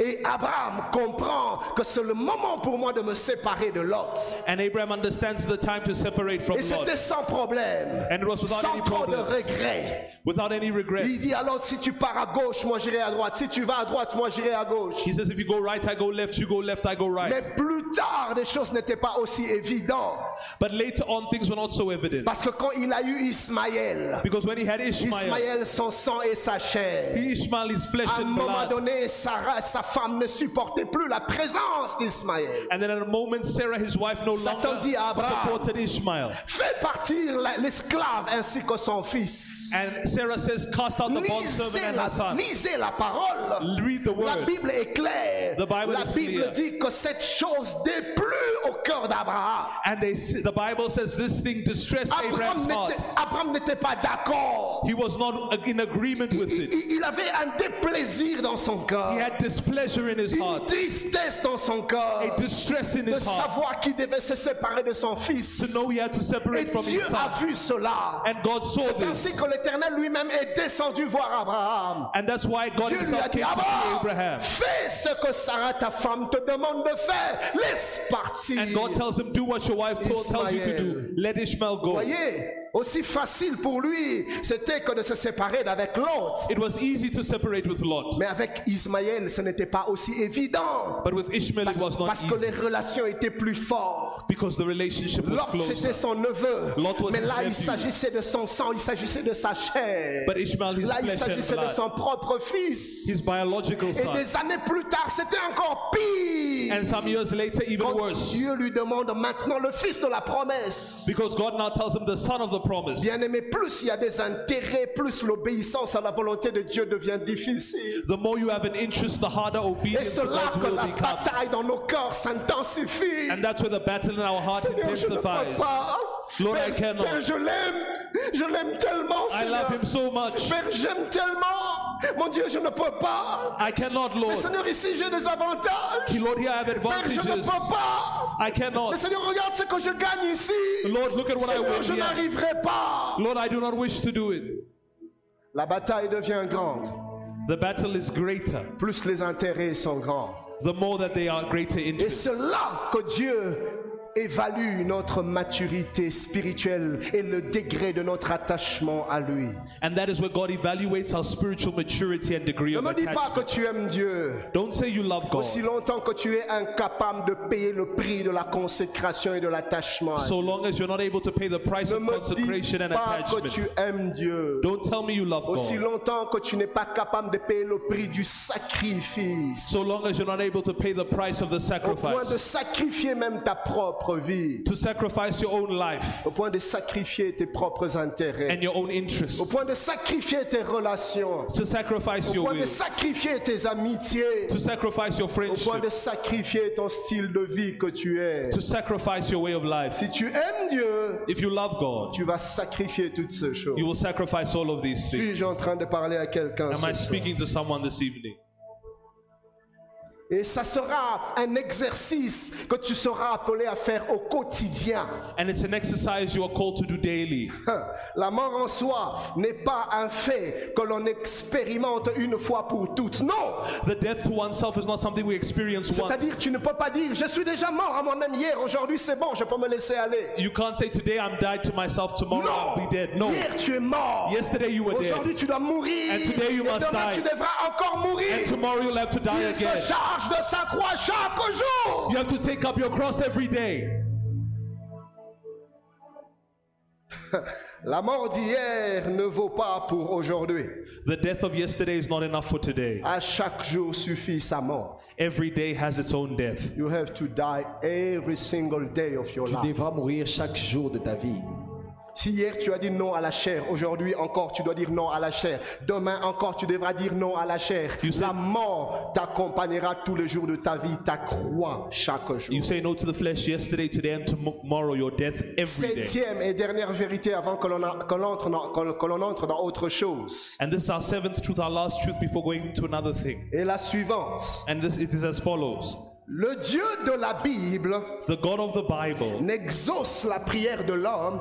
Et Abraham comprend que c'est le moment pour moi de me séparer de Lot.
And Abraham understands the time to separate from
Et c'était
Lot
sans problème,
And it was without
sans
any
trop de
problems.
regrets.
without any regret.
Il dit alors si tu pars à gauche, moi j'irai à droite. Si tu vas à droite, moi j'irai à gauche.
He says, If you go right, I go left. You go left, I go
Mais
right.
plus tard, les choses n'étaient pas aussi évidentes.
But later on, things were not so evident.
Parce que quand il a eu Ismaël,
Because when he had Ishmael,
Ismaël, son sang et sa chair.
Ishmael is flesh
À un
and
moment
blood.
donné, Sarah, sa femme, ne supportait plus la présence d'Ismaël.
And then at a moment, Sarah, his wife, no
Satan
longer
dit à Abraham.
supported Ishmael.
Fait partir la- l'esclave ainsi que son fils.
And Sarah says, Cast out the bondservant
Lisez
and her
la,
son.
lisez la parole.
Read the
La
word.
Bible est claire.
The Bible
la
is
Bible
clear.
dit que cette chose déplut au cœur d'Abraham.
And they, s- the Bible says this thing distressed Abraham's
Abraham
heart.
n'était- Abraham n'était pas d'accord.
He was not in agreement with
Il,
it.
il avait un déplaisir dans son corps.
He had displeasure in his
Une
heart,
tristesse dans son corps.
a distress in
de
his heart,
savoir qu'il devait se séparer de son
to
fils.
know he had to
Et
separate from
Dieu
his
a
son.
vu cela.
And God saw
C'est
this.
ainsi que l'Éternel lui-même est descendu voir Abraham.
And that's why God
Dieu lui a
himself
dit,
came to see
Abraham,
Abraham.
fais ce que Sarah, ta femme, te demande de faire. Laisse partir.
And God tells him, Do what your wife told, tells you to
Ishmael.
do. Let Ishmael go.
voyez, aussi facile pour lui, c'était que de se séparer d'avec l'autre.
It was easy to separate with Lot,
Mais avec Ismaël, ce n'était pas aussi évident.
but with Ishmael it
Parce,
was not
parce que les
easy
relations étaient plus fortes.
because the relationship was
Lot,
closer.
c'était son neveu.
Lot was
Mais
his
là, il
nephew.
s'agissait de son sang, il s'agissait de sa chair.
But Ishmael, his
Là, il
flesh and
s'agissait de
blood,
son propre fils.
his biological
Et
son.
des années plus tard, c'était encore pire.
And some years later, even
Quand
worse,
Dieu lui demande maintenant le fils de la promesse.
because God now tells him the son of the promise.
Bien aimé, plus il y a des intérêts, plus l'obéissance à la volonté de Dieu devient difficile.
The more you have an interest, the harder
Et
obedience to
cela
God's
que
will
la
becomes.
bataille dans nos corps s'intensifie.
And that's where the battle in our heart
Seigneur, je ne peux
intensifies.
pas. hein?
Lord, I
Père,
cannot.
Père, je l'aime. Je l'aime tellement,
I
Seigneur.
love him so much.
Père, j'aime tellement. Mon Dieu, je ne peux pas.
I cannot,
Mais
Lord.
Seigneur, ici, j'ai des avantages.
Lord, here I have
Père, je ne
advantages.
peux pas.
I
Mais
cannot.
Seigneur, regarde ce que je gagne ici.
Lord, look at what I
Seigneur,
win
je
here.
n'arriverai pas.
Lord, I do not wish to do it.
La bataille devient grande.
The battle is greater.
Plus les intérêts sont grands.
The more that they are greater
Et
interest.
c'est là que Dieu évalue notre maturité spirituelle et le degré de notre attachement à lui.
And that is where God evaluates our spiritual maturity and degree
Ne
of
me dis pas
attachment.
que tu aimes Dieu
Don't say you love God.
aussi longtemps que tu es incapable de payer le prix de la consécration et de l'attachement. à
So
Dieu.
long as you're not able to pay the price
Ne
of
me dis
consecration and
pas que
attachment.
tu aimes Dieu
Don't tell me you love
aussi
God.
longtemps que tu n'es pas capable de payer le prix du sacrifice
So long as you're not able to pay the price of the
au point de
sacrifice.
sacrifier même ta propre vie,
To sacrifice your own life
au point de sacrifier tes propres intérêts.
and your own
au
interests.
point de sacrifier tes relations,
To sacrifice
au
your
point de
will.
sacrifier tes amitiés,
To sacrifice your
au point
friendship.
de sacrifier ton style de vie que tu es.
To sacrifice your way of life.
Si tu aimes Dieu,
If you love God,
tu vas sacrifier toutes ces choses.
you will sacrifice all of these things.
Suis-je en train de parler à quelqu'un
Am I
ce soir?
speaking to someone this evening?
Et ça sera un exercice que tu seras appelé à faire au quotidien.
And it's an exercise you are called to do daily.
Hein. La mort en soi n'est pas un fait que l'on expérimente une fois pour toutes. Non,
The death to oneself is not something we experience
c'est-à-dire
once.
tu ne peux pas dire je suis déjà mort à moi-même hier, aujourd'hui c'est bon, je peux me laisser aller.
You can't say today I'm died to myself, tomorrow I'll
Non.
be dead. No.
Hier tu es mort.
Yesterday you were
Aujourd'hui
dead.
tu dois mourir.
And today you
Et
must
demain
die.
tu devras encore
And
mourir.
tomorrow you'll have to die
Il se
again.
charge de sa croix chaque jour.
You have to take up your cross every day.
La mort d'hier ne vaut pas pour aujourd'hui.
The death of yesterday is not enough for today.
À chaque jour suffit sa mort.
Every day has its own death.
You have to die every single day of your
Tu
life.
devras mourir chaque jour de ta vie.
Si hier tu as dit non à la chair, aujourd'hui encore tu dois dire non à la chair. Demain encore tu devras dire non à la chair.
You said-
La mort t'accompagnera tous les jours de ta vie, ta croix chaque jour.
You say no to the flesh yesterday, today, and tomorrow, your death every day.
Septième et dernière vérité avant que l'on a- que l'on entre, dans- que l'on- que l'on entre dans autre chose.
And this is our seventh truth, our last truth before going to another thing.
Et la suivante.
And this, it is as follows
Le Dieu de la Bible
The God of the Bible
n'exauce la prière de l'homme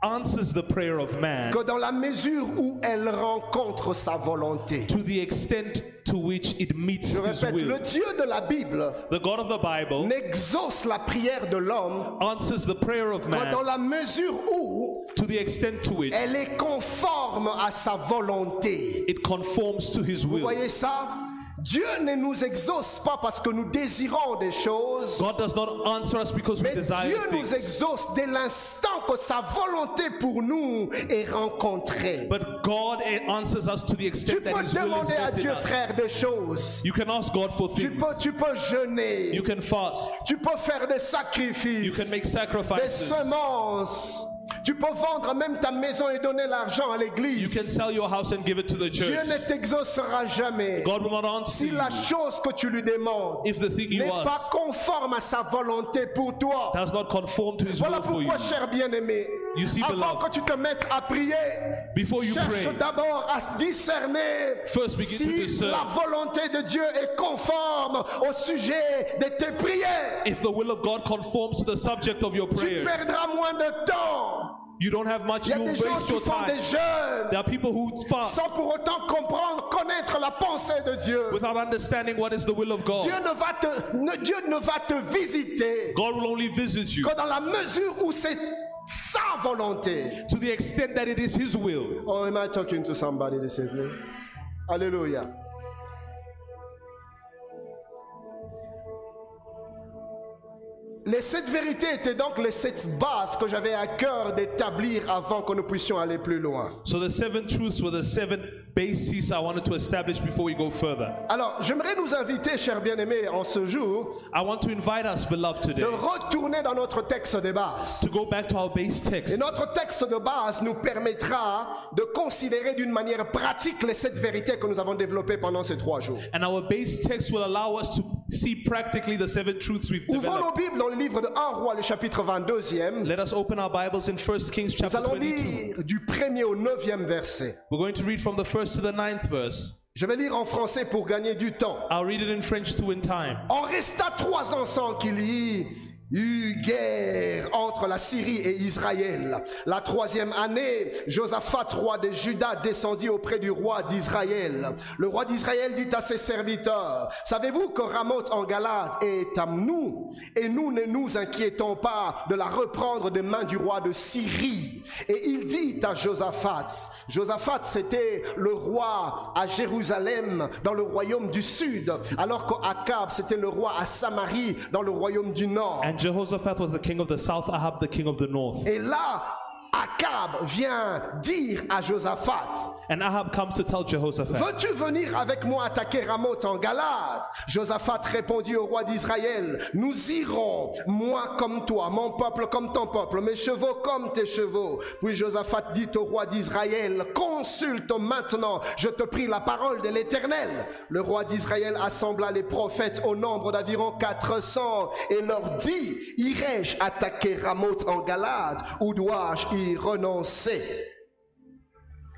answers the prayer of man
que dans la mesure où elle rencontre sa volonté.
to the extent to which it meets
Je
his
répète, le
will.
Dieu de la Bible
The God of the Bible
n'exauce la prière de l'homme
answers the prayer of
que dans
man
la mesure où
to the extent to which
elle est conforme à sa volonté.
it conforms to his
Vous
will.
voyez ça Dieu ne nous exauce pas parce que nous désirons des choses.
God does not answer us because we
Mais
desire
Dieu nous
things.
exauce dès l'instant que sa volonté pour nous est rencontrée.
But God eh, answers us to the
Tu
extent that
peux
His will is
demander à
met in
Dieu,
us.
frère, des choses.
You can ask God for
Tu
things.
peux, tu peux jeûner.
You can fast.
Tu peux faire des
You can make
sacrifices, des
sacrifices.
semences. Tu peux vendre même ta maison et donner l'argent à
You can
l'église.
sell your house and give it to the
Dieu
church.
ne t'exaucera jamais.
God will not answer
Si
you
la chose que tu lui demandes
if the thing you
n'est pas
ask
conforme à sa volonté pour toi.
does not conform to His
Voilà
will for you.
pourquoi, cher bien-aimé,
You see,
avant
beloved,
que tu te mettes à prier,
Before you
cherche
pray,
d'abord à discerner
First begin to
si
discern.
la volonté de Dieu est conforme au sujet de tes prières.
if the will of God conforms to the subject of your
Tu
prayers,
perdras moins de temps.
you don't have much.
Il y a
You
des gens
waste
qui
your
font des
time.
jeûnes
There are people who fast
sans pour autant comprendre, connaître la pensée de Dieu.
without understanding what is the will of
Dieu
God.
ne va te, ne- Dieu ne va te visiter
God will only visit you
que dans la mesure où c'est sa volonté.
to the extent that it is His will.
Oh, am I talking to somebody this evening? Alléluia. Les sept vérités étaient donc les sept bases que j'avais à cœur d'établir avant que nous puissions aller plus loin.
So the seven truths were the seven bases I wanted to establish before we go further.
Alors, j'aimerais nous inviter, chers bien-aimés, en ce jour,
I want to invite us, beloved,
de
today
retourner dans notre texte de base.
to go back to our base
Et
text.
notre texte de base nous permettra de considérer d'une manière pratique les sept vérités que nous avons développées pendant ces trois jours.
And our base text will allow us to see practically the seven truths we've
Ouvrons nos
developed.
Bibles dans le livre de 1 Roi, le chapitre 22e.
Let us open our Bibles in 1 Kings
Nous
chapter
allons
22.
lire du premier au 9e verset.
We're going to read from the first to the ninth verse.
Je vais lire en français pour gagner du temps.
I'll read it in French to win time.
On resta trois ans sans qu'il y eut guerre entre la Syrie et Israël. La troisième année, Josaphat, roi de Juda, descendit auprès du roi d'Israël. Le roi d'Israël dit à ses serviteurs, savez-vous que Ramoth en Galade est à nous et nous ne nous inquiétons pas de la reprendre des mains du roi de Syrie. Et il dit à Josaphat, Josaphat c'était le roi à Jérusalem dans le royaume du sud, alors qu'Akab c'était le roi à Samarie dans le royaume du nord.
And Jehoshaphat was the king of the south, Ahab the king of the north.
Et là, Akab vient dire à Josaphat,
And Ahab comes to tell Jehoshaphat,
Veux-tu venir avec moi attaquer Ramoth en Galade Josaphat répondit au roi d'Israël, Nous irons, moi comme toi, mon peuple comme ton peuple, mes chevaux comme tes chevaux. Puis Josaphat dit au roi d'Israël, Consulte maintenant, je te prie, la parole de l'Éternel. Le roi d'Israël assembla les prophètes au nombre d'environ 400 et leur dit, Irai-je attaquer Ramoth en Galade ou dois-je y renoncer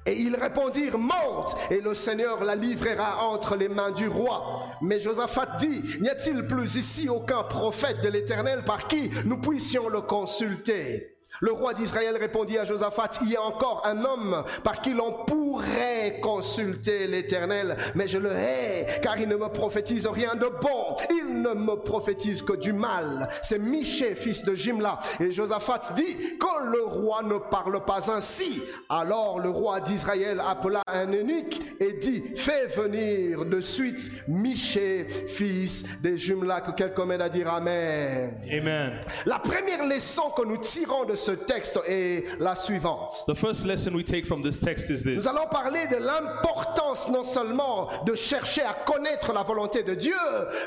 et ils répondirent, monte, et le Seigneur la livrera entre les mains du roi. Mais Josaphat dit, n'y a-t-il plus ici aucun prophète de l'Éternel par qui nous puissions le consulter Le roi d'Israël répondit à Josaphat, il y a encore un homme par qui l'on pourrait consulter l'Éternel, mais je le hais, car il ne me prophétise rien de bon, il ne me prophétise que du mal. C'est Miché, fils de Jimla. Et Josaphat dit, que le roi ne parle pas ainsi. Alors le roi d'Israël appela un eunuque et dit, fais venir de suite Miché, fils de Jimla, que quelqu'un m'aide à dire Amen.
Amen.
La première leçon que nous tirons de ce texte est la suivante.
The first lesson we take from this text is
Nous
this.
allons parler de l'importance non seulement de chercher à connaître la volonté de Dieu,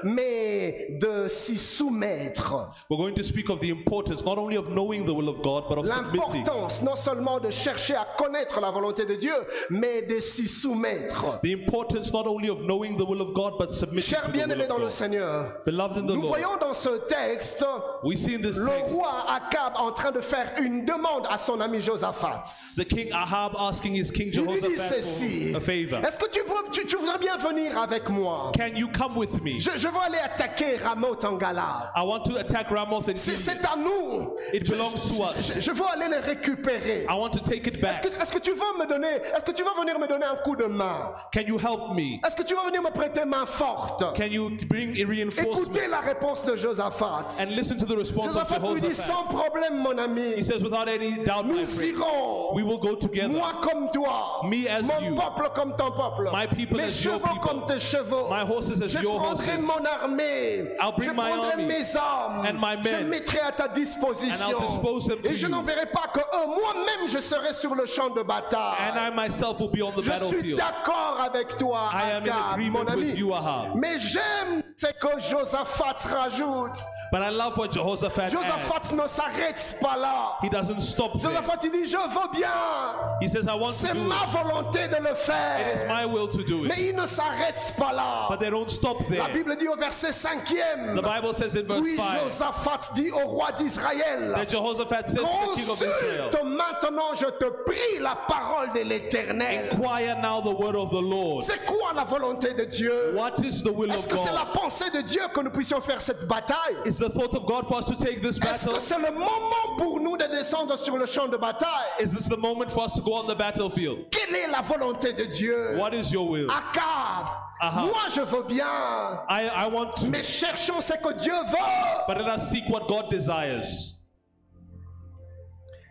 mais de s'y soumettre.
We're going to speak of the importance not only of knowing the will of God, but of submitting.
L'importance non seulement de chercher à connaître la volonté de Dieu, mais de s'y soumettre.
The importance not only of knowing the will of God, but submitting
Chers
to the
bien-aimés dans
will
le
of God.
Seigneur,
Beloved in the
nous
Lord,
voyons dans ce texte
we see in this
le
text
roi Akab en train de faire une demande à son ami Josaphat.
the king Ahab asking his king
Il lui dit
Jehoshaphat
ceci.
for a favor.
Est-ce que tu, peux- tu, tu voudrais bien venir avec moi
Can you come with me?
je, je veux aller attaquer Ramoth en Galade.
I want to attack Ramoth and
C'est,
Gilead.
c'est à nous.
It belongs to us.
Je, je veux aller les récupérer.
I want to take it
Est-ce
back.
que, est-ce que tu veux me donner, est-ce que tu veux venir me donner un coup de main
Can you help me?
Est-ce que tu veux venir me prêter main forte
Can you bring a reinforcement?
Écoutez la réponse de Josaphat.
And listen to the response of
Josaphat lui dit
Jehoshaphat.
sans problème, mon
He
ami,
says, without any doubt, my
nous
friend,
irons.
we will go together.
Moi comme toi,
Me as
mon
you.
peuple comme ton peuple,
My people
mes
as your
chevaux
people.
comme tes chevaux.
My horses as
je
your
prendrai
horses.
mon armée,
I'll bring
je
my
prendrai
army
mes armes,
and my
je
men.
mettrai à ta disposition.
And I'll dispose them to
Et je
you.
n'enverrai pas que eux, moi-même je serai sur le champ de bataille.
And I myself will be on the
je suis
battlefield.
d'accord avec toi,
I am in
Akab,
agreement
mon ami.
with you, Ahab.
Mais j'aime ce que Josaphat rajoute.
But I love what Jehoshaphat
Josaphat
adds.
ne s'arrête pas là.
He doesn't stop there.
Josaphat il dit je veux bien.
He says, I want to
C'est
do
ma
it.
volonté de le faire.
It is my will to do it.
Mais il ne s'arrête pas là.
But they don't stop
La
there.
Bible dit au verset 5e.
The Bible says in verse
Oui,
5
Josaphat dit au roi d'Israël.
that Jehoshaphat says to the king of Israel,
Consulte maintenant, je te prie, la parole de l'Éternel.
Inquire now the word of the Lord.
C'est quoi la volonté de Dieu
What is the will
Est-ce
of
que c'est la
God?
pensée de Dieu que nous puissions faire cette bataille
Is the thought of God for us to take this
Est-ce
battle?
que c'est le moment pour nous de descendre sur le champ de bataille
Is this the moment for us to go on the battlefield?
Quelle est la volonté de Dieu
What is your will?
Akab,
Aha.
moi je veux bien,
I, I want to,
mais cherchons ce que Dieu veut.
but let us seek what God desires.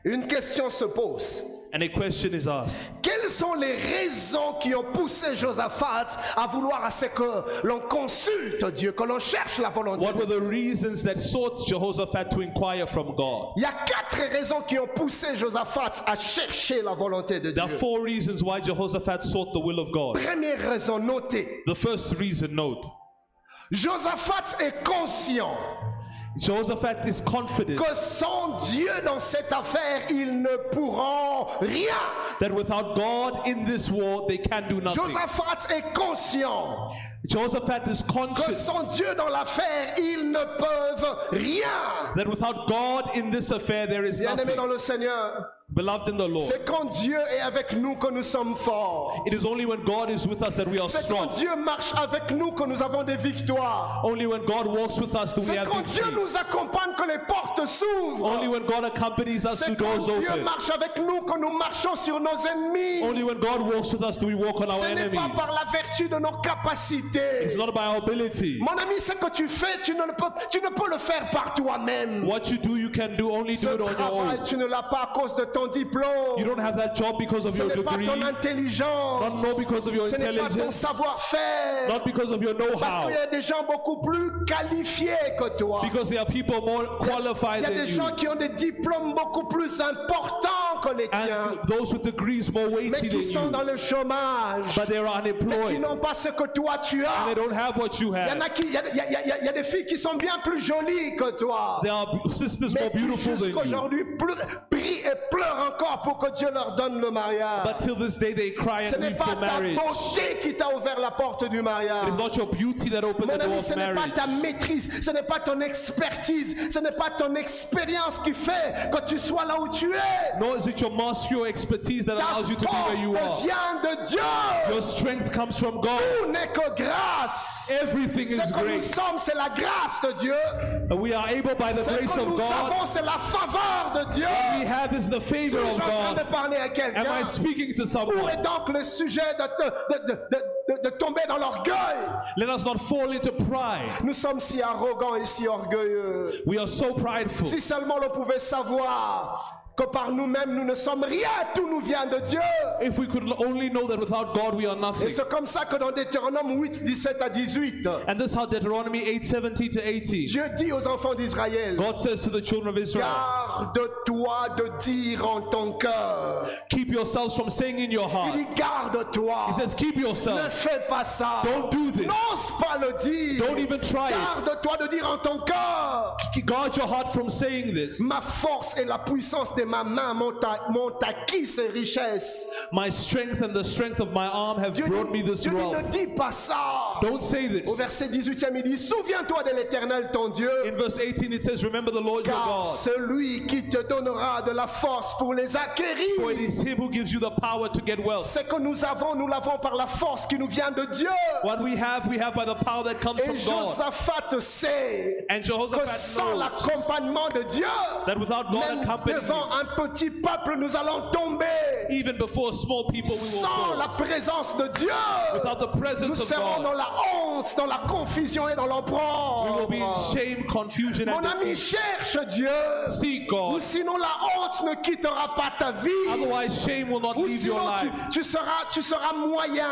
Une question se pose.
and a question is asked
Quelles sont les raisons qui ont poussé Josaphat à vouloir à ce que l'on consulte Dieu, que l'on cherche la volonté
What were the reasons that sought Jehoshaphat to inquire from God?
Il y a quatre raisons qui ont poussé Josaphat à chercher la volonté de
There are
Dieu.
four reasons why Jehoshaphat sought the will of God.
Première raison, notez,
The first reason, note,
Josaphat est conscient
Jehoshaphat is confident
que sans Dieu dans cette affaire, ils ne pourront rien.
that without God in this war, they can do nothing.
Josaphat est conscient
Jehoshaphat is
que
conscious
sans Dieu dans l'affaire, ils ne peuvent rien.
that without God in this affair, there is
Bien-aimés
nothing.
dans le Seigneur,
Beloved in the Lord,
c'est quand Dieu est avec nous que nous sommes forts.
it is only when God is with us that we are
C'est quand
strong.
Dieu marche avec nous que nous avons des victoires.
Only when God walks with us do we
C'est
have
quand Dieu
victory.
nous accompagne que les portes
Only
s'ouvrent.
when God accompanies us, do
C'est quand
doors
Dieu
open.
marche avec nous que nous marchons sur nos ennemis.
Only when God walks with us, do we walk on our
Ce n'est pas
enemies.
par la vertu de nos
It's
capacités.
not by our ability.
Mon ami, ce que tu fais, tu ne le peux, tu ne peux le faire par toi-même.
What you do, you can do only
Ce
do it on your
travail,
own.
tu ne l'as pas à cause de ton
You
diplôme.
don't have that job because of
Ce
your
n'est pas
degree,
ton intelligence.
Not know because of your
Ce n'est pas ton
intelligence.
savoir-faire.
not because of your
Parce qu'il y
know-how,
a des gens beaucoup plus qualifiés que toi.
because there are people more
Il
qualified
y a des
than you,
gens qui ont des diplômes beaucoup plus importants que les tiens,
and those with degrees more
mais
weighty than
qui sont dans
you,
le chômage,
but they are
mais qui
unemployed.
n'ont pas ce que toi tu as.
They don't have what you
Il y en
have.
a qui, il y a, il y a- il y a- il y a des filles qui sont bien plus jolies que toi,
There are b- sisters
mais
more
qui
beautiful than you,
jusqu'aujourd'hui pleurent- prient et pleurent encore pour que Dieu leur donne le mariage.
but till this day they cry
Ce
and
n'est
weep
pas
for
ta
marriage.
beauté qui t'a ouvert la porte du mariage.
It's not your beauty that opened
Mon
the door
ami,
of
ce n'est pas
marriage.
ta maîtrise, ce n'est pas ton expertise, ce n'est pas ton expérience qui fait que tu sois là où tu es.
Nor is it your mastery or expertise that
Ta
allows you to be
force
where you are.
vient de Dieu.
Your strength comes from God.
Tout n'est que grâce.
Everything
Ce
is
que nous
grace.
sommes, c'est la grâce de Dieu.
And we are able by the
Ce
grace
que
of
nous
God
avons, c'est la faveur de Dieu.
we have is the
Je
favor of
suis en train
God.
de parler à
Am
quelqu'un.
I speaking to
Où
someone?
est donc le sujet de, te- de- de- de- de- de tomber dans l'orgueil
Let us not fall into pride.
Nous sommes si arrogants et si orgueilleux.
We are so prideful.
Si seulement l'on pouvait savoir que par nous-mêmes, nous ne sommes rien, tout nous vient de Dieu.
If we could only know that without God we are
Et
nothing.
c'est comme ça que dans Deutéronome 8, 17 à 18,
And this is how Deuteronomy 8:17 to 18.
Dieu dit aux enfants d'Israël,
God says to the children of Israel,
Garde-toi de dire en ton cœur.
keep yourselves from saying in your
Il
heart.
dit garde-toi.
He says, keep
Ne
yourself.
fais pas ça.
Don't do this.
N'ose pas le dire.
Don't even try it.
Garde-toi de dire en ton cœur.
Guard your heart from saying this.
Ma force et la puissance de ma main m'ont a- m'ont acquis ces richesses.
My strength and the strength of my arm have
Dieu,
brought
dit,
me this
Dieu dit, ne
wealth.
dis pas ça.
Don't say
Au
this.
verset 18e, il dit Souviens-toi de l'éternel ton Dieu,
In verse 18 it says, remember the Lord your
car
God.
celui qui te donnera de la force pour les
For it
acquérir.
is Him who gives you the power to get wealth.
Ce que nous avons, nous l'avons par la force qui nous vient de Dieu.
What we have, we have by the power that comes
Et
from God.
Josaphat sait
And
que
Jehoshaphat
sans
knows
l'accompagnement de Dieu,
that without God
même
accompanying him,
devant un petit peuple, nous allons tomber.
even before small people we will
Sans la
fall.
présence de Dieu,
Without the
nous
presence of
serons dans
God,
la honte, dans la confusion et dans
we will be in
l'opprobre.
shame, confusion,
Mon
and
ami,
defeat.
cherche Dieu,
Seek
ou
God.
sinon la honte ne quittera pas ta vie.
Otherwise, shame will not
Ou
leave Ah your
sinon tu,
life.
tu seras, tu seras moyen,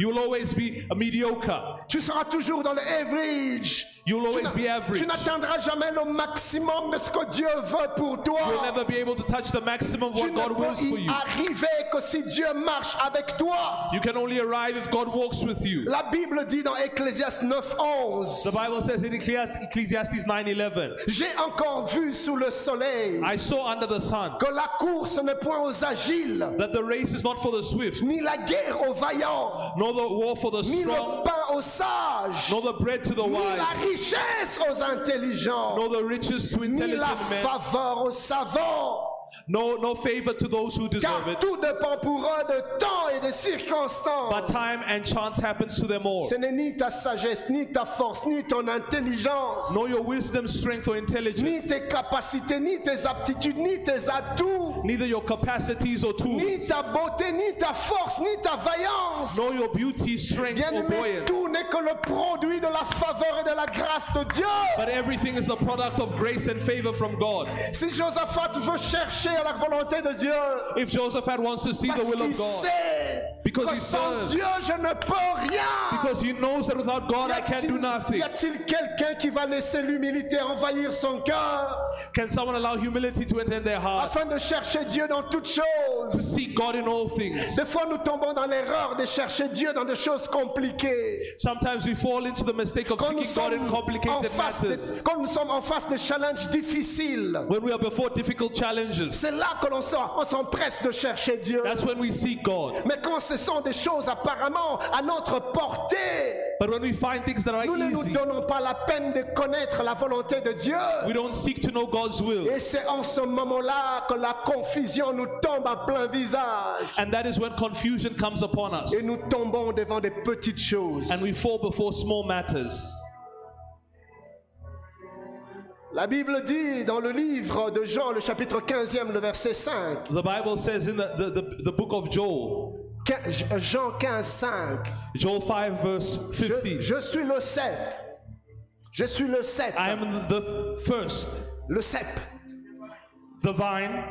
You will always be a mediocre.
tu seras toujours dans le average.
You'll
Tu
always
n'a-
be average.
Tu
You
n'atteindras jamais le maximum de ce que Dieu veut pour toi.
will never be able to touch the maximum of
Tu
what
ne
God wills
peux
for
y
you.
arriver que si Dieu marche avec toi.
You can only arrive if God walks with you.
La Bible dit dans Ecclésiaste 9,
The
11,
Bible says in Ecclesiastes, Ecclesiastes 9:11,
j'ai encore vu sous le soleil
I saw under the sun
que la course n'est point aux agiles,
that the race is not for the swift,
ni la guerre aux vaillants,
nor the war for the
ni
strong,
le pain aux sages,
nor the bread to the
ni la
wise,
richesse aux intelligents,
nor the riches to
ni la
intelligent men,
faveur aux savants.
no, no favor to those who deserve
Car
it.
tout dépend pour eux de temps et de circonstances.
But time and chance happens to them all.
Ce n'est ni ta sagesse, ni ta force, ni ton intelligence,
Nor your wisdom, strength, or intelligence,
ni tes capacités, ni tes aptitudes, ni tes atouts,
neither your capacities or tools,
ni ta beauté, ni ta force, ni ta vaillance.
nor your beauty, strength,
Bien
or
aimé,
buoyance.
tout n'est que le produit de la faveur et de la grâce de Dieu.
But everything is the product of grace and favor from God.
Si Josaphat veut chercher à la volonté de Dieu,
If Joseph had wants to see the
parce
will
qu'il
of God,
sait
Because
que
he
sans
serves.
Dieu je ne peux rien.
because he knows that without God I can do
y
nothing.
a-t-il quelqu'un qui va laisser l'humilité envahir son cœur
Can someone allow humility to enter their heart?
afin de chercher Dieu dans toutes choses
Seek God in all things.
Des fois, nous tombons dans l'erreur de chercher Dieu dans des choses compliquées.
Sometimes we fall into the mistake of
Quand nous,
seeking God
sommes
in
en
complicated
face de-
matters.
quand nous sommes en face de challenges difficiles,
When we are before difficult challenges,
c'est là que l'on s'en- on s'empresse de chercher Dieu.
that's when we seek God.
Mais quand ce sont des choses apparemment à notre portée,
But when we find things that are
nous ne nous
easy,
donnons pas la peine de connaître la volonté de Dieu.
we don't seek to know God's will.
Et c'est en ce moment-là que la confusion nous tombe à plein visage.
And that is when confusion comes upon us
Et nous tombons devant des petites choses.
and we fall before small matters.
La Bible dit dans le livre de Jean, le chapitre 15e, le verset 5,
The Bible says in the, the, the, the book of Joel,
Quin- euh, Jean 15, 5,
Joel 5, verse
je,
15,
je suis le cep. Je suis le cep.
I am the first,
Le cep.
the vine,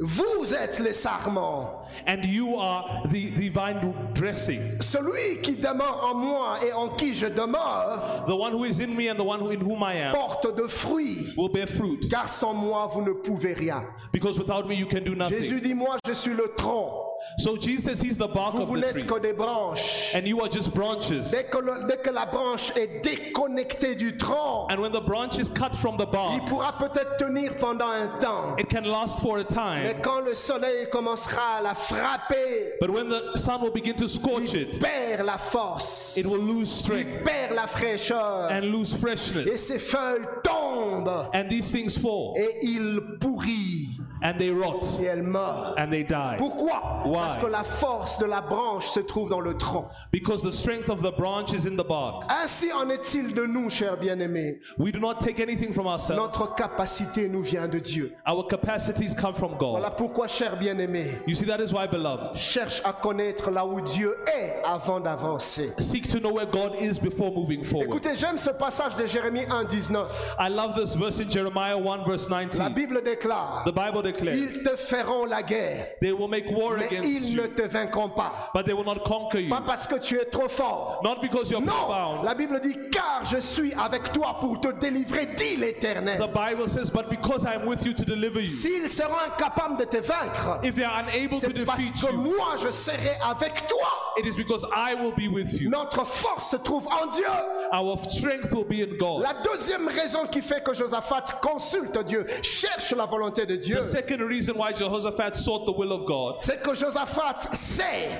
Vous êtes les sarments.
and you are the, the vine dressing.
Celui qui demeure en moi et en qui je demeure
The one who is in me and the one who, in whom I am
porte de fruits.
will bear fruit,
Car sans moi, vous ne pouvez rien.
because without me you can do nothing.
Jésus dit, moi, je suis le tronc.
So Jesus, He's the bark
Vous,
of
vous
the
n'êtes
tree,
que des branches.
and you are just branches.
Dès que, le- dès que la branche est déconnectée du tronc,
And when the branch is cut from the
il
bark,
pourra peut-être tenir pendant un temps.
it can last for a
Mais
time,
quand le soleil commencera à la frapper,
but when the sun will begin to scorch
il
it,
perd la force,
it will lose
il
strength
perd la fraîcheur,
and lose
et
freshness.
ses feuilles tombent,
And these things fall,
et il pourrit,
and they rot,
et elle meurt.
and they die.
Pourquoi
Why?
Parce que la force de la branche se trouve dans le tronc.
Because the strength of the branch is in the bark.
Ainsi en est-il de nous, chers bien-aimés.
We do not take anything from ourselves.
Notre capacité nous vient de Dieu.
Our capacities come from God.
Voilà pourquoi, chers bien-aimés,
You see, that is why, beloved,
cherche à connaître là où Dieu est avant d'avancer.
seek to know where God is before moving forward.
Écoutez, j'aime ce passage de Jérémie 1, 19.
I love this verse in Jeremiah 1, verse
La
19.
Bible déclare,
The Bible declares,
ils te feront la guerre,
They will make war
mais
against
ils ne
you,
te vaincront pas.
but they will not conquer you.
Pas parce que tu es trop fort.
Not because you're
Non,
profound.
la Bible dit, car je suis avec toi pour te délivrer, dit
The
l'Éternel.
Bible says, But because I am with you to deliver you.
S'ils seront incapables de te vaincre,
If they are unable to
c'est parce
defeat
que
you,
moi je serai avec toi.
it is because I will be with you.
Notre force se trouve en Dieu.
Our strength will be in God.
La deuxième raison qui fait que Josaphat consulte Dieu, cherche la volonté de Dieu,
The second reason why Jehoshaphat sought the will of God
c'est que Josaphat sait.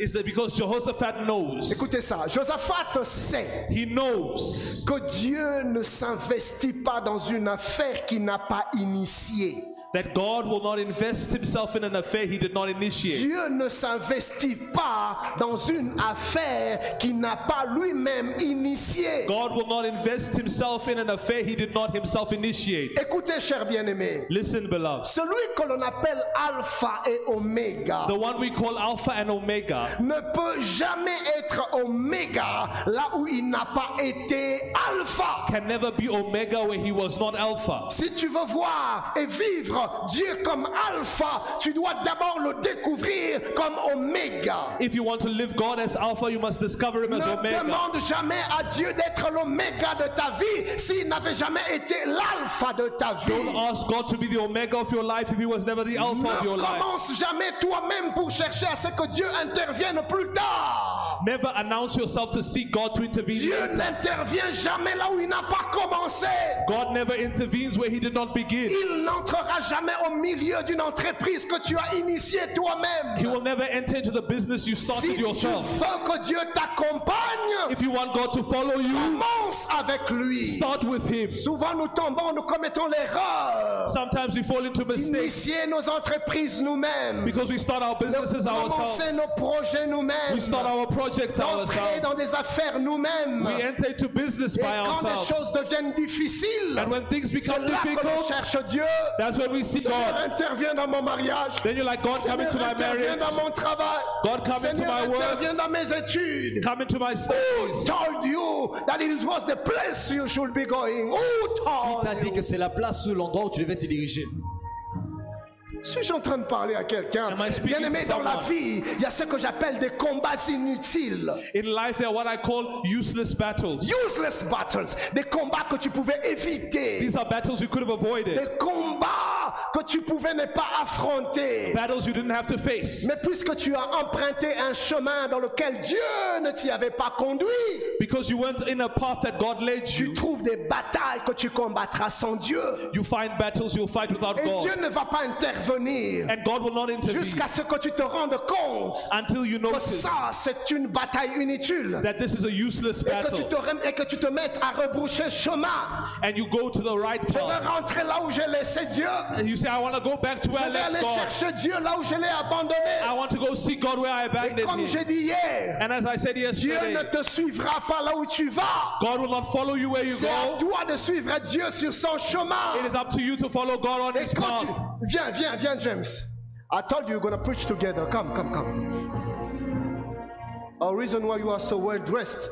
is that because Jehoshaphat knows.
Écoutez ça, Josaphat sait
He knows
que Dieu ne s'investit pas dans une affaire qu'il n'a pas initiée.
that God will not invest himself in an affair he did not initiate.
Dieu ne s'investit pas dans une affaire qu'il n'a pas lui-même initiée.
God will not invest himself in an affair he did not himself initiate.
Écoutez, cher bien-aimé,
Listen, beloved.
celui que l'on appelle Alpha et Oméga
The one we call Alpha and Omega
ne peut jamais être Oméga là où il n'a pas été Alpha.
can never be Omega where he was not Alpha.
Si tu veux voir et vivre Dieu comme Alpha, tu dois d'abord le découvrir comme Oméga.
If you want to live God as Alpha, you must discover him as
Ne
Omega.
demande jamais à Dieu d'être l'oméga de ta vie s'il n'avait jamais été l'alpha de ta
Don't
vie.
ask God to be the Omega of your life if he was never the Alpha of your
Ne
life.
commence jamais toi-même pour chercher à ce que Dieu intervienne plus tard.
Never announce yourself to seek God to intervene.
Dieu n'intervient jamais là où il n'a pas commencé.
God never intervenes where he did not begin.
Il n'entrera jamais au milieu d'une entreprise que tu as initiée
He
toi-même.
will never enter into the business you
Si
started
tu veux
yourself.
que Dieu t'accompagne,
If you want God to follow you,
commence avec lui.
start with Him.
Souvent nous tombons, nous commettons l'erreur.
Sometimes we fall into mistakes
initier nos entreprises nous-mêmes,
because we start our businesses
commencer
ourselves.
nos projets nous-mêmes,
We start our projects
d'entrer dans
ourselves.
des affaires nous-mêmes.
We enter into business
Et
by
quand les
ourselves.
choses deviennent difficiles,
And when things
c'est
become
là que l'on
difficult,
cherche Dieu.
that's when we see
Seigneur,
God.
intervient dans mon mariage.
Then you're like, God, come
Seigneur,
into my
intervient
marriage.
dans mon travail.
God, come into
Seigneur,
my work.
intervient dans mes études.
Come into my
Who
studies.
told you that it was the place you should be going? Who
Qui t'a
told
dit
you?
que c'est la place, l'endroit où tu devais te diriger
Suis-je en train de parler à quelqu'un
Am I speaking
Bien aimé,
to
dans la
someone?
vie, il y a ce que j'appelle des combats inutiles.
In life, there are what I call useless battles.
Useless battles. Des combats que tu pouvais éviter.
These are battles you could have avoided,
Des combats que tu pouvais ne pas affronter.
battles you didn't have to face.
Mais puisque tu as emprunté un chemin dans lequel Dieu ne t'y avait pas conduit,
Because you weren't in a path that God led
tu
you,
trouves des batailles que tu combattras sans Dieu.
you find battles you'll fight without
Et Dieu
God.
ne va pas intervenir
And God will not intervene
jusqu'à ce que tu te rendes compte
until you
que
notice
ça, c'est une bataille inutile.
that this is a useless
Et que, tu
battle
te, rem- et que tu te mettes à rebroucher chemin.
and you go to the right
Je vais
path.
rentrer là où j'ai laissé Dieu.
And you say, I want to go back to where I
Je vais aller
left God.
chercher Dieu là où je l'ai abandonné.
I want to go see God where I
Et
abandoned
comme
Him.
j'ai dit hier,
And as I said
Dieu ne
yesterday,
te suivra pas là où tu vas.
God will not follow you where you
C'est à
go.
toi de suivre Dieu sur son chemin.
It is up to you to follow God on
Et
His
quand tu-
path.
Viens, viens, viens, James. I told you we're gonna preach together. Come, come, come. A reason why you are so well dressed.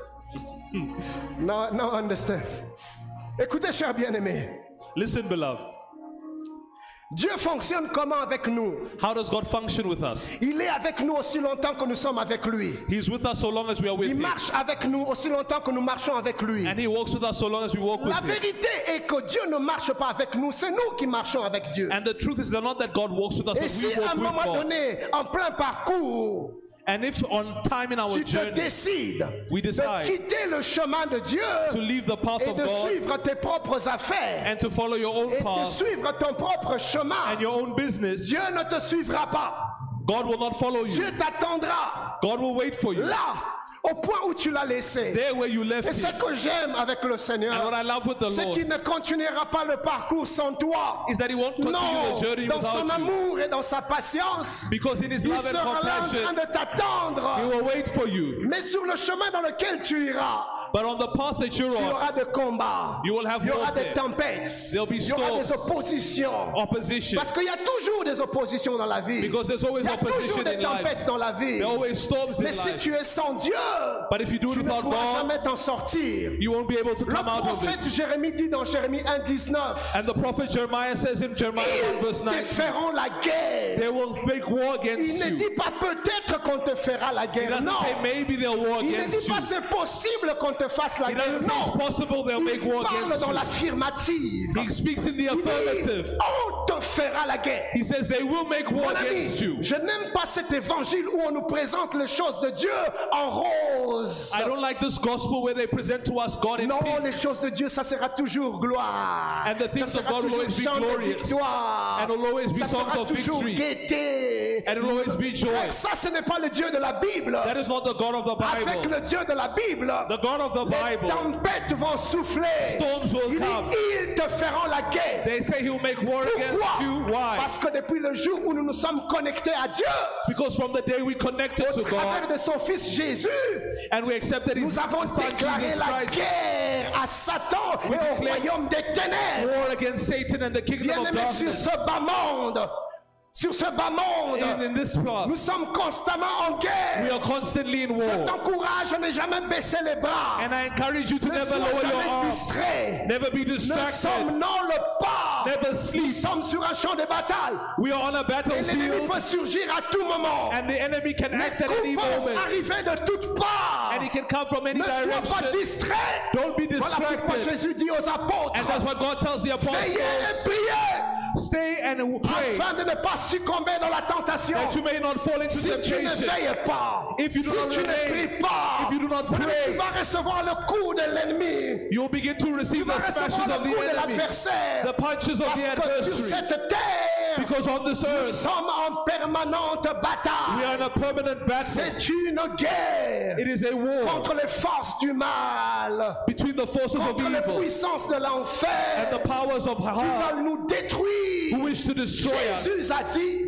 now, now I understand. Écoutez, chers bien-aimés,
Listen, beloved,
Dieu fonctionne comment avec nous
how does God function with us?
Il est avec nous aussi longtemps que nous sommes avec lui.
He's with us so long as we are with
Il
Him.
marche avec nous aussi longtemps que nous marchons avec lui.
And He walks with us so long as we walk with
La
Him.
vérité est que Dieu ne marche pas avec nous, c'est nous qui marchons avec Dieu.
And the truth is that not that God walks with us,
Et
but
si
we
à
walk
un
with
moment
God.
donné, en plein parcours,
And if on time in our
tu te
journey
décides
We
de
decide
quitter le chemin de Dieu
to leave the path
et
of
de
God
suivre tes propres affaires
and to follow your own
et de
path
suivre ton propre chemin,
and your own business,
Dieu ne te suivra pas.
God will not follow you.
Dieu t'attendra
God will wait for you.
là, au point où tu l'as laissé.
There where you
Et
left
ce
Him.
que j'aime avec le
And
Seigneur,
what I love with the
c'est qu'il
Lord
ne continuera pas le parcours sans toi.
is that He won't continue
Non,
the journey
dans son
without you.
amour et dans sa patience,
Because in His
il
love and
sera là en train
compassion,
de t'attendre.
He will wait for you.
Mais sur le chemin dans lequel tu iras,
But on the path that you're
il y
on,
aura des combats,
You will have
il y aura
warfare.
des tempêtes,
There'll be
il y aura des
storms.
oppositions.
opposition.
Parce qu'il y a toujours des oppositions dans la vie.
Because there's always
il y a toujours
opposition
des
in life.
tempêtes dans la vie.
There are always storms
Mais
in
si
life.
tu es sans Dieu,
But if you do it
tu ne
without
pourras
God,
jamais t'en sortir.
you won't be able to
Le
come out of it.
prophète Jérémie dit dans Jérémie 1,19
And the prophet Jeremiah says in Jeremiah 1 verse
Ils te
9,
feront la guerre.
they will make war against
Il ne
you.
dit pas peut-être qu'on te fera la
He
guerre.
doesn't
Non.
say maybe they'll war
Il ne
against
dit
you.
pas c'est possible qu'on te fasse la
He
guerre.
doesn't say
Non.
it's possible they'll make
Il
war
parle
against
dans
you.
l'affirmative.
He speaks in the
Il dit,
affirmative.
on te fera la guerre.
He says they will make
Mon
war
ami,
against you.
je n'aime pas cet évangile où on nous présente les choses de Dieu en rose.
I don't like this gospel where they present to us God in
Non,
pink
les choses de Dieu, ça sera toujours gloire.
And
ça
the things
sera
of God
toujours
will always be
chant de
glorious.
victoire.
And will always be
ça
songs
sera
of
toujours
victory.
gaieté.
and it will always be joy.
Donc ça, ce n'est pas le Dieu de la Bible.
That is not the God of the
Avec
Bible.
le Dieu de la Bible,
The God of the
les
Bible.
tempêtes vont souffler.
Storms will
Il dit,
come.
ils te feront la guerre.
They say he'll make war against
Pourquoi
you. Why?
Parce que depuis le jour où nous nous sommes connectés à Dieu,
Because from the day we connected
au
to
travers
God
de son Fils Jésus,
and we accepted his
nous avons
son
déclaré
Jesus
la
Christ,
guerre à Satan et au
declare
royaume des ténèbres.
war against Satan and the
Bien
kingdom of
aimé, sur
darkness.
ce bas monde, sur ce bas
And
monde,
in this
nous
path,
sommes constamment en
we
guerre.
are constantly in
Je
war.
t'encourage à ne jamais baisser les bras.
And I encourage you to
Ne
never
sois
lower your
jamais
arms.
distrait.
Never be
Ne
distracted.
somnole pas.
Never
Nous
sleep.
sommes sur un champ de bataille.
We are on a
Et l'ennemi
battlefield
peut surgir à tout moment.
and the enemy can
Les
act at
coups
any
peuvent
moment.
arriver de toutes parts.
And he can come from any
Ne sois pas
direction.
distrait.
Don't be
Voilà pourquoi
distracted.
Jésus dit aux
And
apôtres
that's what God tells the
Veillez et
apostles.
priez
Stay and pray
afin de ne pas succomber dans la tentation.
that you may not fall into
Si tu ne
temptation.
veilles pas,
If you do
si
not
tu ne
remain,
pries pas,
if you do not
ben,
pray,
tu vas recevoir le coup de l'ennemi.
You'll begin to
Tu
receive
vas
the
recevoir
smashes of
le coup
the
de
enemy, the
l'adversaire.
punches of
Parce
the
que sur
adversary.
cette terre,
Because on this
nous
earth,
sommes en permanente
we
bataille.
are in a permanent battle.
C'est une guerre
It is a war
contre les forces du mal,
between the forces of
contre les
evil
puissances de
and the
l'enfer
powers of
qui
hell
veulent nous
who
détruire.
wish to destroy us.
Jésus a dit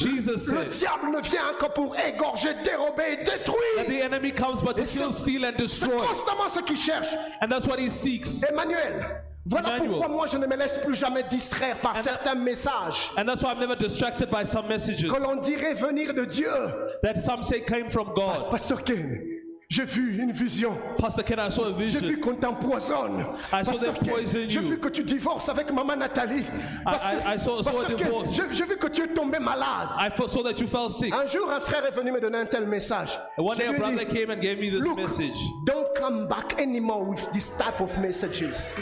Jesus
Le
said
diable ne vient que pour égorger, dérober et
that
détruire.
the enemy comes but to kill, steal, and
C'est
destroy.
constamment ce qu'il cherche.
And that's what he seeks.
Emmanuel, voilà
Emmanuel.
pourquoi moi je ne me laisse plus jamais distraire par
And-
certains messages
And that's why I'm never distracted by some messages
que l'on dirait venir de Dieu.
that some say came from God.
Pasteur Ken, j'ai vu une vision.
Pastor Ken, I saw a
J'ai vu
vision.
qu'on t'empoisonne.
I saw
Pasteur
them
Ken,
poison
J'ai
you.
vu que tu divorces avec maman Nathalie.
I- I saw- saw a
Pasteur Ken,
divorce.
j'ai- j'ai vu que tu es tombé malade.
I foresaw that you fell sick.
Un jour, un frère est venu me donner un tel message.
And one
Je
day a
lui ai
brother
dit,
came and gave me this
Look,
message.
don't come back anymore with this type of messages.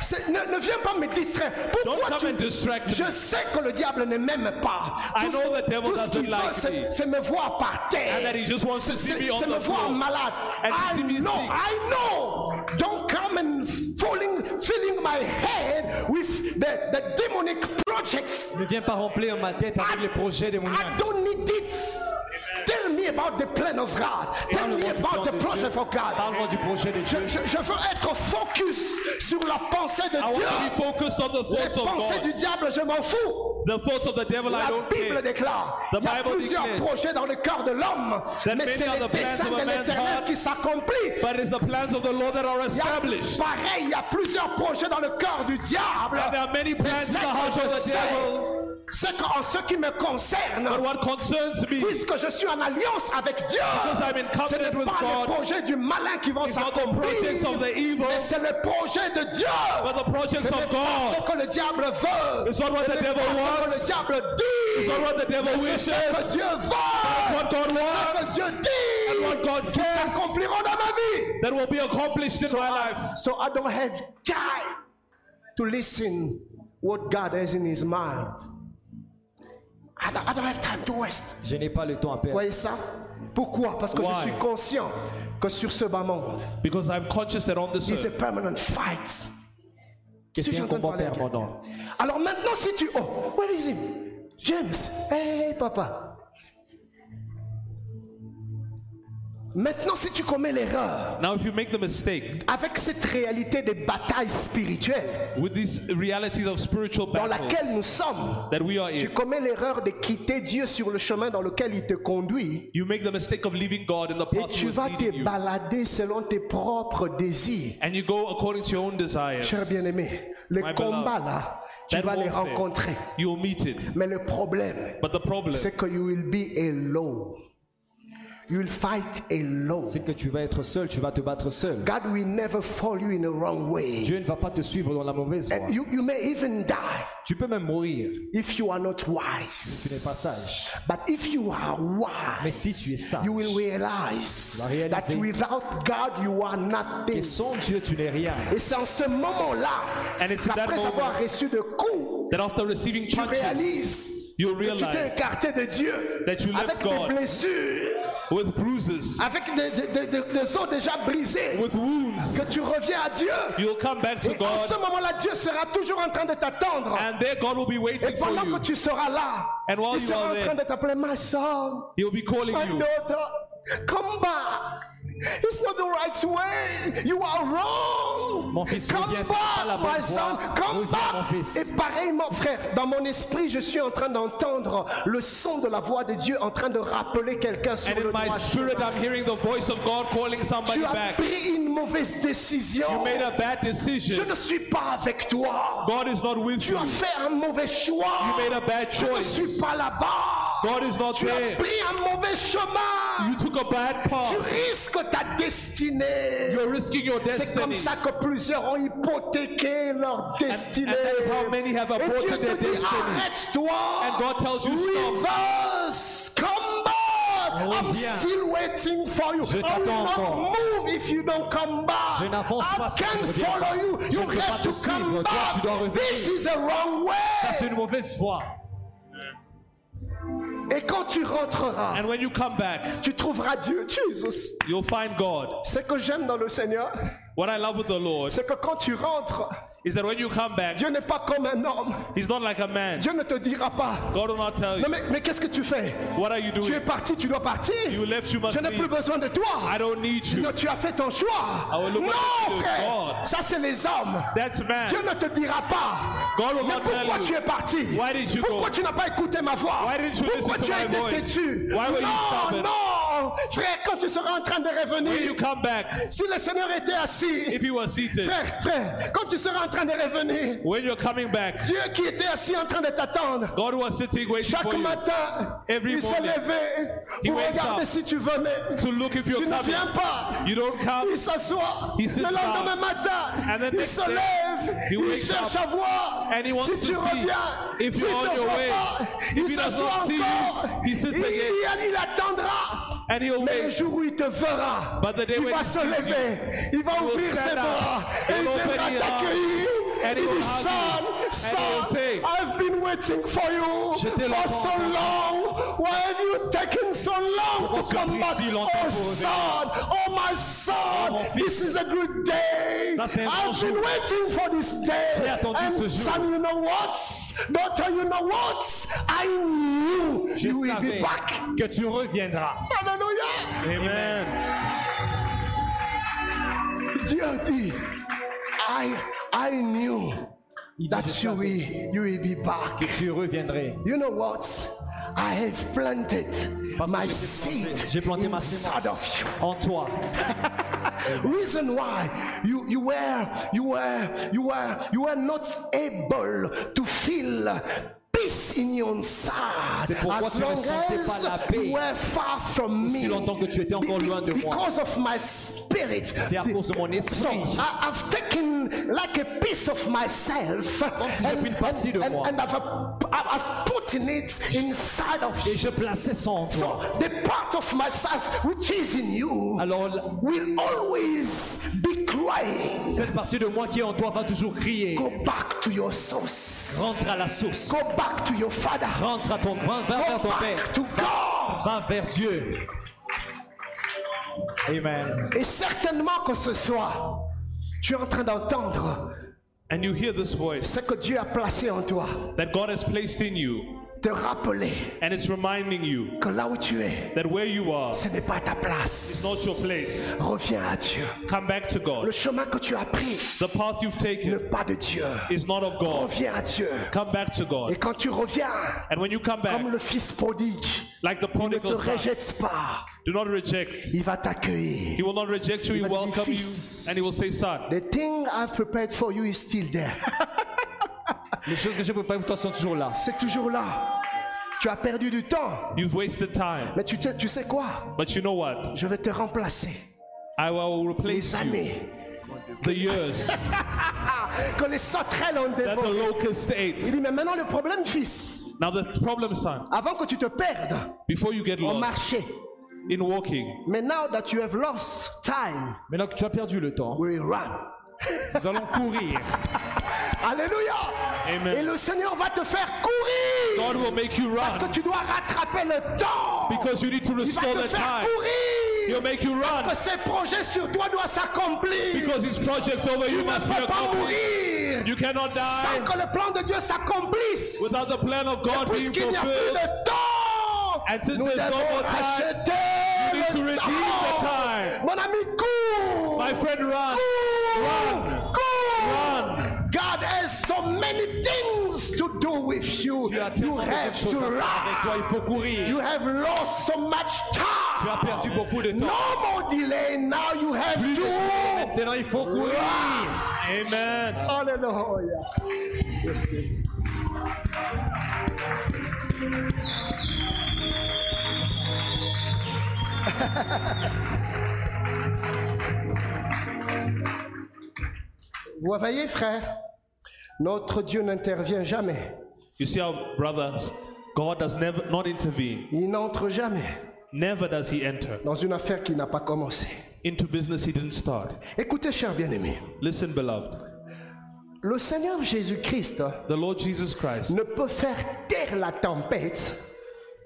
C'est- Ne, ne viens pas me distraire.
Don't
Pourquoi
come
tu...
and distract me.
Je sais que le diable ne m'aime pas.
I
Tout-
know the devil
tout ce qu'il
doesn't like
veut, c'est-
me.
c'est me voir par terre.
And that he just wants to see
C'est
me on
c'est me
the
voir
floor.
malade.
And to
I
see me
know,
sick.
I know. Don't come and filling, filling my head with the, the demonic projects.
Ne viens pas remplir ma tête avec les projets
I
démoniaques.
don't need it. Tell me about the plan of God. Tell me
Parle-moi du plan
about the
de
projet
Dieu.
for God.
Parle-moi du projet de
Je,
Dieu.
je, je veux être focus sur la pensée de
I want to be
Dieu.
focused on the
Les
thoughts of
pensées du
God.
diable, je m'en fous.
The thoughts of the devil, I
La
don't
Bible
care.
déclare
The
il y a
Bible
plusieurs
declares
projets dans le cœur de l'homme,
that
mais
many
c'est
are
le
the plans
dessein de
of a man's
l'Éternel
heart.
qui s'accomplit.
But it's the plans of the Lord that are
Il y a-
established.
Pareil, il y a plusieurs projets dans le cœur du diable.
And there are many
Mais
plans in
ce
the heart
que je
of the devil.
sais, c'est qu'en ce qui me concerne,
But what concerns me is
Puisque je suis en alliance avec Dieu,
I'm in
ce n'est
covenant with
pas
God,
le projet du malin qui vont
It's not the
s'accomplir,
projects of the evil,
mais c'est le projet de Dieu.
the projects
Ce n'est pas
of God.
ce que le diable veut,
It's not what
ce
the
n'est
devil
pas ce
wants.
que le diable dit,
It's not what the devil
mais c'est ce
wishes.
que Dieu
That's
veut,
what God
c'est ce que
wants.
Dieu dit,
And what God
qui
says.
s'accompliront dans ma vie.
That will be accomplished in my life.
So I don't have time to listen what God has in His mind. I don't- I don't have time to waste.
Je n'ai pas le temps à
Vous
perdre.
voyez ça Pourquoi Parce que je
Why?
suis conscient que sur ce bas monde,
Because I'm conscious that on this
c'est
earth,
permanent fight.
Que
Si
c'est un
j'entends
combat
parler à quelqu'un.
permanent.
Alors maintenant, si tu... Oh, where is him James, hey papa. Maintenant, si tu commets l'erreur
now if you make the mistake
avec cette réalité des batailles spirituelles
with these realities of spiritual
dans
battles
laquelle nous sommes,
that we are
tu
in,
commets l'erreur de quitter Dieu sur le chemin dans lequel il te conduit
you make the mistake of leaving God in the
et
path He
tu
was
vas
leading
te
you.
balader selon tes propres désirs.
And you go according to your own desire.
Cher bien-aimé, les
My
combats
beloved,
là, tu vas les rencontrer.
You'll meet it.
Mais le problème,
But the problem
c'est que you will be alone. You will fight alone.
C'est que tu vas être seul, tu vas te battre seul.
God will never fall you in the wrong way.
Dieu ne va pas te suivre dans la mauvaise voie.
And you, you may even die
Tu peux même mourir.
if you are not
Tu n'es pas
wise.
sage.
But if you are
Mais
wise,
si tu es sage,
you will realize
Tu vas réaliser
that without God, you are
que
nothing.
sans Dieu, tu n'es rien.
Et c'est en ce moment-là,
And it's in that
après avoir
moment-
reçu de coups,
that after receiving
tu
punches
réalises
You'll
que tu t'es
realize
écarté de Dieu
that you left
avec
God.
des blessures,
with bruises,
avec des, des, des- des- des os déjà brisés,
with wounds,
que tu reviens à Dieu.
you'll come back to
Et en ce
God,
moment-là, Dieu sera toujours en train de t'attendre.
and there God will be
Et
waiting for
pendant
you.
que tu seras là,
And while
il
you
sera
are
en train
there,
de t'appeler ma soeur,
He'll be calling
ma
you.
daughter, come back. It's not the right way. You are wrong.
Mon fils,
come
reviens, c'est pas la
back,
bonne
my
voie.
son. Come
Reviens, mon fils.
back. Et pareillement, frère, dans mon esprit, je suis en train d'entendre le son de la voix de Dieu en train de rappeler quelqu'un sur
And
le
in my
droit
spirit,
chemin.
I'm hearing the voice of God calling somebody
Tu as
back.
pris une mauvaise décision.
You made a bad
Je
decision.
ne suis pas avec toi.
God is not with
Tu
you.
as fait un mauvais choix.
You made a bad
Je ne
choice.
suis pas là-bas.
God is not
Tu as
there.
pris un mauvais chemin.
You took a bad
Tu
path.
risques ta destinée.
You're risking your
C'est comme
destiny.
ça que plusieurs ont hypothéqué leur destinée.
that is how many have
Et
aborted
Dieu te
their
dit
destiny.
arrête-toi.
And God tells you, stop.
Reverse. Come back. I'm
Reviens.
still waiting for you.
Oh, Je
I will
t'attends
not
encore.
move if you don't come back.
Je n'avance
I
pas si tu
can't
reviens pas.
follow you.
Je
You
ne peux
have
pas te
to come
suivre. Toi, tu dois
back.
revenir.
This is a wrong
Ça,
way.
c'est une mauvaise voie.
Et quand tu rentreras,
And when you come back,
tu trouveras Dieu, Jésus.
you'll find God.
Ce que j'aime dans le Seigneur,
What I love with the Lord
c'est que quand tu rentres,
is that when you come back,
Dieu n'est pas comme un homme.
He's not like a man.
Dieu ne te dira pas.
God will not tell you.
Non mais, mais qu'est-ce que tu fais
What are you
Tu es
doing?
parti, tu dois partir.
You left, you must
Je n'ai
leave.
plus besoin de toi.
I don't need you.
Non, tu as fait ton choix.
I will look at
Non,
you,
frère.
God.
Ça, c'est les hommes.
That's man.
Dieu ne te dira pas.
God will
Mais
not
pourquoi
tell
tu
you.
es parti
Why did you
Pourquoi
go?
tu n'as pas écouté ma voix
Why didn't you
Pourquoi
listen
tu
to
as
my
été
voice?
têtu
Why were you
Non,
stubborn?
non Frère, quand tu seras en train de
When you
revenir,
come back,
si le Seigneur était assis,
if you were seated,
frère, frère, quand tu seras en train de revenir,
when you're coming back,
Dieu qui était assis en train de t'attendre,
God was sitting waiting
chaque
for you
matin,
Every
il s'est
morning.
levé
He
pour
wakes
regarder
up
si tu venais.
to look if
Tu
you're
ne
coming.
viens pas.
You don't come.
Il s'assoit.
He sits
Le lendemain
down.
matin,
And the
il
next
se
day,
lève.
he
Il
wakes
cherche
up.
à voir
And he wants
si tu
to see.
reviens.
If
si
you're
tu
on your way. If
il
he does
s'assoit
not see you,
encore.
he sits
il,
again.
il- il attendra.
And he'll
Mais le
wait.
jour où il te verra,
But the day
il
when
va
he
se
sees
lever. il va
he will
ouvrir ses
stand up.
bras et
He
il
will open
viendra
his
t'accueillir.
arms and he
Il
will
dit
hug
Son,
you. And he will
son,
say,
I've been waiting for you
J'étais
for
longtemps
so
en attente.
long. Why have you taken so long
Pourquoi
to
tu as
come
pris
back?
si longtemps
Oh
pour revenir?
son, oh my son,
Oh, mon fils.
this is a good day.
Ça, c'est un bon
I've been
jour.
waiting for this day.
J'ai attendu
And
ce jour.
son, you know what? Daughter, you know what? I knew
Je
you will
savais
be back.
que tu reviendras.
Alléluia.
Amen.
Dieu dit, I, I knew
Il dit,
that
Je
you will,
savais
you will be back.
que tu reviendrais.
You know what? I have planted
Parce que
my
j'ai
seed
planté- j'ai planté ma
inside of
semence
you.
en toi.
reason why you, you were you were you were you were not able to feel peace in your inside
C'est pourquoi
as
tu ne
long
sentais pas
as
la paix.
you were far from
Aussi
me
longtemps que tu étais encore
Be- be-
loin de moi.
because of my spirit
C'est à cause de mon
so
esprit.
I, I've taken like a piece of myself
si j'ai pris une partie de
and,
moi.
and I've, I've put in it inside of
Et
you
je plaçais ça en
so
toi.
the part of myself which is in you
Alors, la-
will always be crying.
cette partie de moi qui est en toi va toujours crier.
Go back to your source.
Rentre à la source.
Go back to your father.
Rentre à ton, va, va
Go
vers ton
back
Père.
to God.
Va vers Dieu. Amen.
Et certainement que ce soir, tu es en train d'entendre
And you hear this voice
ce que Dieu a placé en toi.
that God has placed in you,
Te rappeler
and it's reminding you
que là où tu es,
that where you are
ce n'est pas ta
is
place.
not your place.
Reviens à Dieu.
Come back to
Le
God.
chemin que tu as pris
The path you've
n'est
taken
pas de Dieu.
is not of God.
Reviens à Dieu.
Come back to
Et
God.
quand tu reviens,
And when you come
comme
back,
le fils prodigue,
like the
ne te
prodigal son,
rejette pas.
do not reject.
Il va t'accueillir.
He will not reject you. He
Il va
will
te dire,
welcome you,
"Fils."
and he will say, "Son,
The thing I've prepared for you is still there. [laughs]
Les choses que je peux pas pour toi sont toujours là.
C'est toujours là. Tu as perdu du temps.
you've wasted time,
Mais tu, te- tu sais quoi
but you know what?
Je vais te remplacer.
I will replace
Les
you."
années
The years
que les sauterelles ont
that the
dévoré.
locust
Il
ate.
dit, mais maintenant le problème, fils,
Now the problem, son,
avant que tu te perdes
before you get
on
lost
marchait.
in walking,
Mais now that you have lost time,
Maintenant que tu as perdu le temps,
we run.
nous allons courir.
[laughs] Alléluia.
Amen.
Et le Seigneur va te faire courir.
God will make you
Parce que
run
tu dois rattraper le temps.
because you need to
Il va
restore
te
the
faire
time.
courir.
He'll make you
que
run
ces projets sur toi doivent s'accomplir.
because his project's over.
Tu
You
ne
must be
peux pas
accomplished.
mourir
You cannot
sans
die
que le plan de Dieu s'accomplisse.
without the plan of God being
Puisqu'il n'y a plus
fulfilled.
de temps,
And since
nous
there's no
devons
more time,
acheter
you need
le
to redeem the time.
Mon ami, cours
My friend, run.
Cours
Run.
Cours
Run.
God has so many things to do with you.
Tu as
You
tellement de
have
choses
to
à faire avec toi, il
run.
faut courir.
You have lost so much time.
Tu as perdu beaucoup de
No
temps.
more delay. Now you have to
Maintenant, il faut courir.
run.
Amen.
Hallelujah. [laughs] Vous voyez, frère, notre Dieu n'intervient jamais.
You see how, brothers, God does never not intervene.
Il n'entre jamais
Never does He enter
dans une affaire qui n'a pas commencé.
into business He didn't start.
Écoutez, chers bien-aimés,
Listen, beloved,
le Seigneur Jésus-Christ
the Lord Jesus Christ
ne peut faire taire la tempête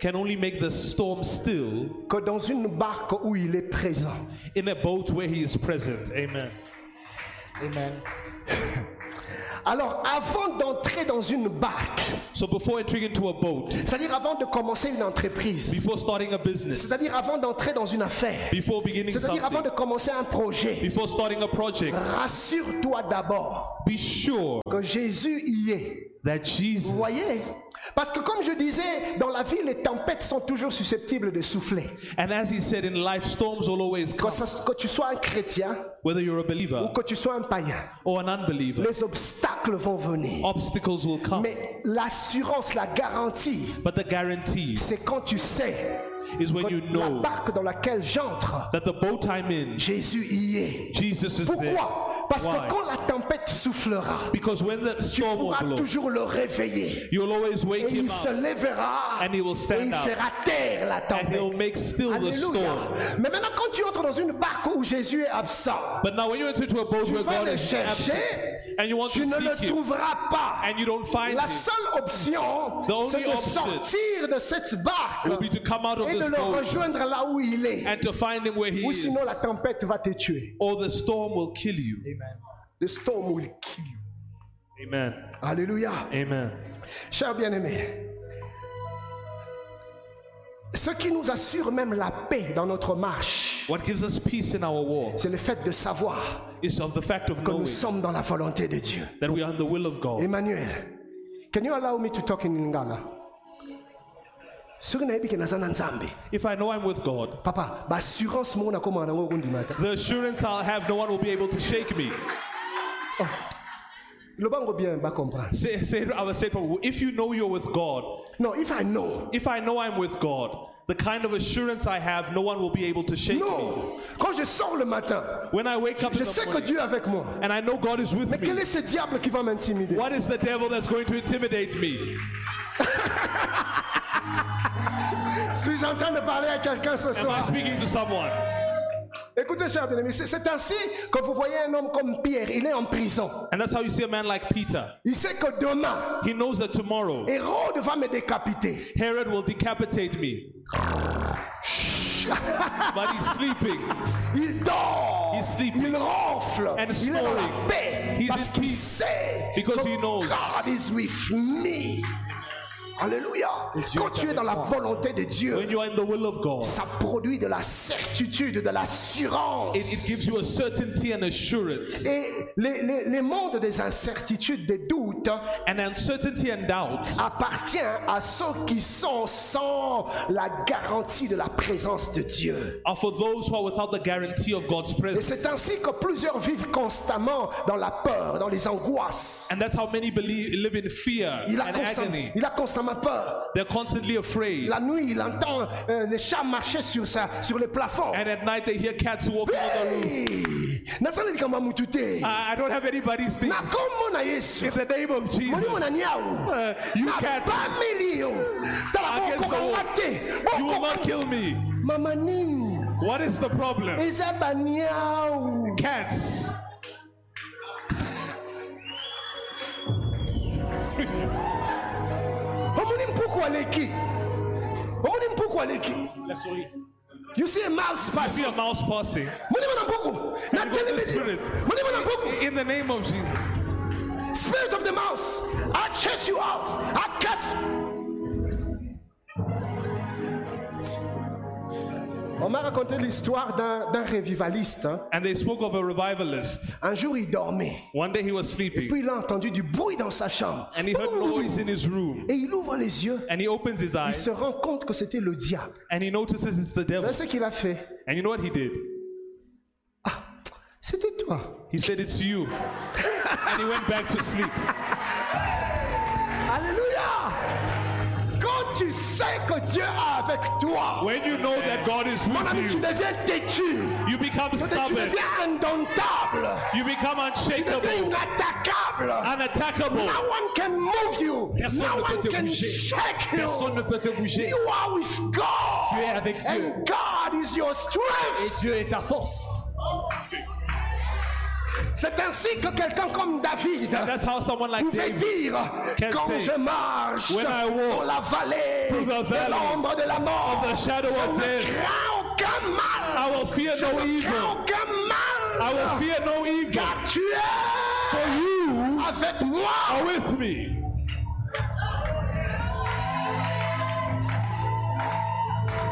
can only make the storm still
que dans une barque où il est présent.
in a boat where He is present. Amen.
Amen.
Alors, avant d'entrer dans une barque,
So before entering into a boat,
c'est-à-dire avant de commencer une entreprise,
before starting a business,
c'est-à-dire avant d'entrer dans une affaire,
before beginning
c'est-à-dire avant de
something,
commencer un projet,
before starting a project,
rassure-toi d'abord
be sure
que Jésus y est.
that
Vous
Jesus.
voyez Parce que comme je disais, dans la vie, les tempêtes sont toujours susceptibles de souffler.
And as he said in life, storms will always
Que,
come,
ça- que tu sois un chrétien
whether you're a
ou
believer
que tu sois un païen,
or an unbeliever.
les obstacles vont venir.
Obstacles will come.
Mais l'assurance, la garantie,
But the guarantee
c'est quand tu sais
is when
que
you
la
know
barque dans laquelle j'entre,
that the boat I'm in,
Jésus y est.
Jesus is there.
Pourquoi Parce
Why?
que quand la tempête soufflera,
Because when the
tu
storm will
pourras
blow,
toujours le réveiller.
you'll always wake
Et
him
il se
up
lèvera
And he will stand
et il
up.
fera taire la
and
tempête.
he'll make still the
Alléluia.
storm.
Mais maintenant, quand tu entres dans une barque où Jésus est absent,
But now when you enter into a boat
tu
where
vas
God
le
is absent
chercher,
and you want
tu
to
ne
seek
le
him
trouveras pas.
and you don't find
La
him,
seule option,
The only
c'est de
option
sortir de cette barque
will be to come out of
et de
this
le
boat
rejoindre là où il est.
and to find him where he
Ou
is.
sinon, la tempête va te tuer.
Or the storm will kill you.
Amen.
The storm will kill you.
Amen.
Alléluia.
Amen.
Chers bien-aimés, ce qui nous assure même la paix dans notre marche,
What gives us peace in our war
c'est le fait de savoir
is of the fact of
que nous
knowing
sommes dans la volonté de Dieu.
that we are in the will of God.
Emmanuel, can you allow me to talk in Lingala? Soki nayebi ke naza na Nzambe.
If I know I'm with God,
Papa, ba assurance mo na koma nango kundimata.
the assurance I'll have no one will be able to shake me.
Lobango Oh, bien ba comprendre.
Say, say, I was saying, if you know you're with God,
No, if I know.
if I know I'm with God, the kind of assurance I have, no one will be able to shake me.
Non. Quand je sors le matin,
When I wake up in
je
the
sais que
morning
Dieu est avec moi.
and I know God is with
Mais
me,
quel est ce diable qui va m'intimider?
what is the devil that's going to intimidate me?
Suis-je en train de parler à quelqu'un ce
Am I
soir?
speaking to someone?
Écoutez, cher bien-aimé, c'est- c'est ainsi que vous voyez un homme comme Pierre, il est en prison.
And that's how you see a man like Peter.
Il sait que demain,
He knows that tomorrow
Hérode va me décapiter.
Herod will decapitate me. but he's sleeping.
Il dort,
He's sleeping.
il ronfle,
And
il est dans la
snoring.
paix,
He's
parce
in
qu'il
peace.
sait
Because
que
he knows.
God is with me. Alléluia.
Dieu
Quand
est
tu es
avec
dans la
moi.
volonté de Dieu,
When you are in the will of God,
ça produit de la certitude, de l'assurance.
it, it gives you a certainty and assurance.
Et les, les- les mondes des incertitudes, des doutes,
And uncertainty and doubt
appartient à ceux qui sont sans la garantie de la présence de Dieu.
are for those who are without the guarantee of God's
Et
presence.
c'est ainsi que plusieurs vivent constamment dans la peur, dans les angoisses.
And that's how many believe, live in fear
Il a,
and
constamment,
agony.
il a constamment peur.
They're constantly afraid.
La nuit, il entend euh, les chats marcher sur, sa, sur le plafond.
And at night they hear cats walking on the roof.
Hey! Nasala likambo ya mutute.
I, I don't have anybody's things.
Na kombo na Yesu.
In the name of Jesus,
Molimo na nyau.
uh, Ah. you Ah,
Na
cats,
bameli yo. Tala
Against
boko
the wall.
kanga te.
you will
Boko
not
kanga-
kill me.
Mama nini?
What is the problem?
eza baniau
Cats.
omoni mpuku aleki omoni mpuku aleki you see a mouse
I
pass
see a mouse passing.
molimo na mpuku
And you got the
natelemeli
spirit.
molimo na mpuku
In the name of Jesus.
spirit of the mouse i chase you out i cast On m'a raconté l'histoire d'un d'un revivaliste. hein.
And they spoke of a revivalist.
Un jour, il dormait.
One day he was sleeping
Puis il a entendu du bruit dans sa chambre.
and he heard noise in his room.
Et il ouvre les yeux.
And he opens his
Il
eyes
se rend compte que c'était le diable.
and he notices it's the
Vous
devil.
savez ce qu'il a fait
And you know what he did?
Ah, c'était toi.
He said, It's you. And he went back to sleep.
Alléluia. Quand tu sais que Dieu est avec toi,
When you know that God is
mon ami,
with
tu
you,
deviens têtu.
you become
Tu
stubborn.
deviens indomptable.
You become
Tu deviens
unshakable,
inattaquable.
unattackable.
No one can move you.
Personne
no
ne peut
one
te
can
bouger.
shake you.
Personne ne peut te bouger.
You are with God.
Tu es avec Dieu.
And God is your
Et
strength.
Dieu est ta force.
C'est ainsi que quelqu'un comme David
That's how someone like
pouvait
David,
dire
can
quand
say,
je marche
When I walk
dans la vallée
through the
de
valley
l'ombre de la mort,
of the shadow
je
of
ne
death,
crains aucun mal,
I will fear
je
no
ne crains
evil.
aucun mal,
I will fear no evil,
car tu es
for you
avec moi.
are with me.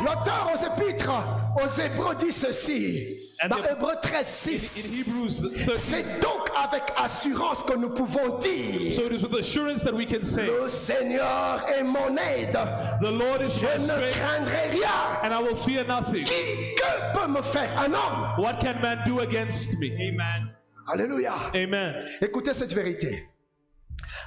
L'auteur aux épîtres, aux Hébreux dit ceci,
And
dans
the-
Hébreux 13,
In
6.
Hebrews 13,
C'est donc avec assurance que nous pouvons dire,
so it is with assurance that we can say,
le Seigneur est mon aide,
The Lord is my
je ne
strength,
craindrai rien.
and I will fear nothing.
Qui que peut me faire un homme
What can man do against me? Amen.
Alléluia.
Amen.
Écoutez cette vérité.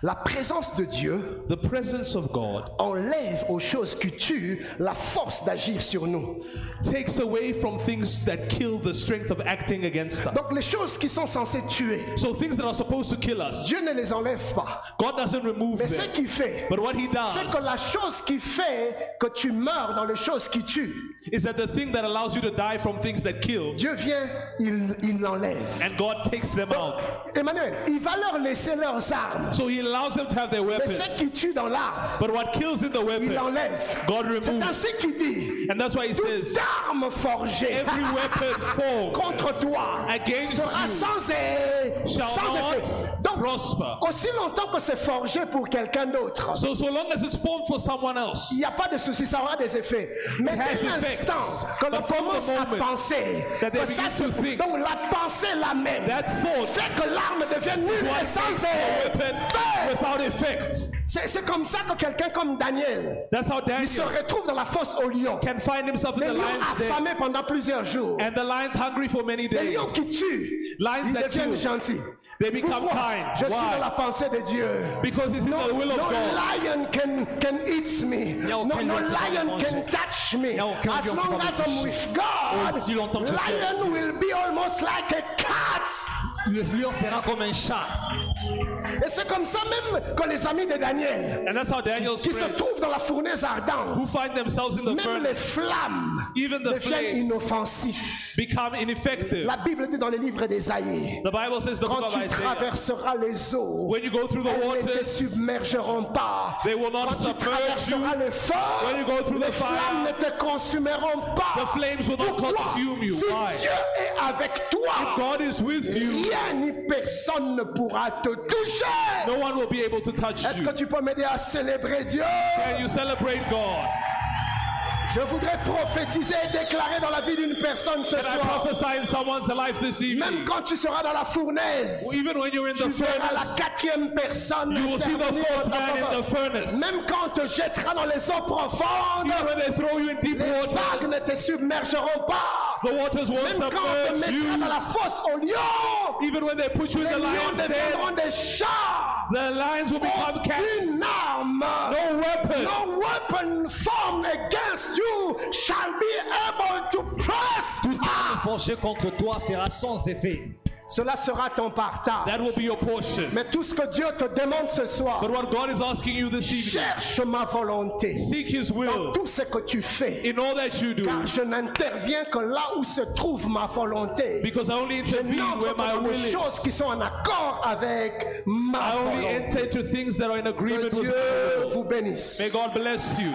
La présence de Dieu
The presence of God
enlève aux choses qui tuent la force d'agir sur nous.
takes away from things that kill the strength of acting against us.
Donc les choses qui sont censées tuer,
So things that are supposed to kill us,
Dieu ne les enlève pas.
God doesn't remove
Mais ce
them.
qu'il fait,
But what He
c'est que
does
la chose qui fait que tu meurs dans les choses qui tuent,
is that the thing that allows you to die from things that kill,
Dieu vient, il il l'enlève.
and God takes them out.
Emmanuel, il va leur laisser leurs armes.
So He allows them to have their
Mais
weapons.
ce qui tue dans l'arme,
But what kills in the
il
weapon,
l'enlève.
God
C'est ainsi
removes.
qu'il dit.
And that's why He says,
Toute arme forgée
every
[laughs]
weapon formed
contre toi
Against
sera
you
sans, é-
shall
sans effet.
not
Donc,
prosper.
aussi longtemps que c'est forgé pour quelqu'un d'autre,
So, so long as it's formed for someone else,
il n'y a pas de souci, ça aura des effets. Mais
It has
dès
effects.
l'instant que l'on
But from the
commence à
moment
penser,
that they
que ça
begin
se-
to think,
donc la pensée la même,
that thought
fait que l'arme devient nulle
what
et
makes
sans
a weapon
effet.
without effect.
C'est c'est comme ça que quelqu'un comme Daniel,
That's how
il se
Daniel
retrouve dans la fosse au lion.
can find himself in
Les
the
lions
lion's den.
affamés pendant plusieurs jours.
And the lion's hungry for many
Les
days.
lions qui tuent,
Lions
ils
that
deviennent
kill.
gentils.
They become
Pourquoi?
kind.
Je suis
Why?
dans la pensée de Dieu.
Because it's in the will of
No
God.
lion can, can eat me.
a
No,
aucun
no
lion qui va
lion
me manger.
can touch me.
a aucun
As
lion qui
long
va me
as I'm
toucher.
with God,
Aussi longtemps que je suis avec
lion
Dieu.
will be almost like a cat.
Le lion sera comme un chat
Et c'est comme ça même que les amis de Daniel,
And that's how Daniel's
qui se
friends
trouvent dans la fournaise
who
ardente,
find themselves in the
même les
furnace
flammes
Even the
deviennent
flames.
inoffensifs.
become ineffective.
La Bible dit dans le livre d'Ésaïe,
The Bible says, the book
quand
of
tu
Isaiah,
traverseras les eaux,
when you go through the
Elles ne te
waters,
submergeront pas.
They will not
Quand tu
submerge
traverseras
you.
le feu,
When you go through
les
the fire,
flammes ne te consumeront pas.
the flames will not
Pourquoi?
consume you.
Si
Why?
Dieu est avec toi,
God is with you.
rien ni personne ne pourra te toucher.
No one will be able to touch
Est-ce
you.
que tu peux m'aider à célébrer Dieu
And you celebrate God.
Je voudrais prophétiser et déclarer dans la vie d'une personne ce
And I
soir.
prophesy in someone's life this
Même
evening.
quand tu seras dans la fournaise,
Even when you're in
tu
the
verras la
furnace,
quatrième personne.
you will see the
intervenir en ta
fourth man in
faveur.
the furnace.
Même quand on te jetteras dans les eaux profondes,
Even when they throw you in deep
les vagues ne
waters,
te submergeront pas.
the waters won't
Même quand on te
submerge
mettra
you.
dans la fosse au lion,
Even when they put you in
les
the
lions
lion's den,
deviendront des chats.
the lions will become
Aucune
cats.
arme,
No weapon,
Oh, no weapon formed against you shall be able to prosper.
forgé contre toi sera sans effet.
Cela sera ton partage.
that will be your portion.
Mais tout ce que Dieu te demande ce soir,
But what God is asking you this evening,
cherche ma volonté.
seek His will
Tout ce que tu fais,
in all that you do,
car je n'interviens que là où se trouve ma volonté.
because I only
Je
intervene
n'entre
where
que
my
dans
will
les choses
is.
qui sont en accord avec ma
I only
volonté.
enter into things that are in
Que
agreement with my
Dieu
will.
vous bénisse.
May God bless you.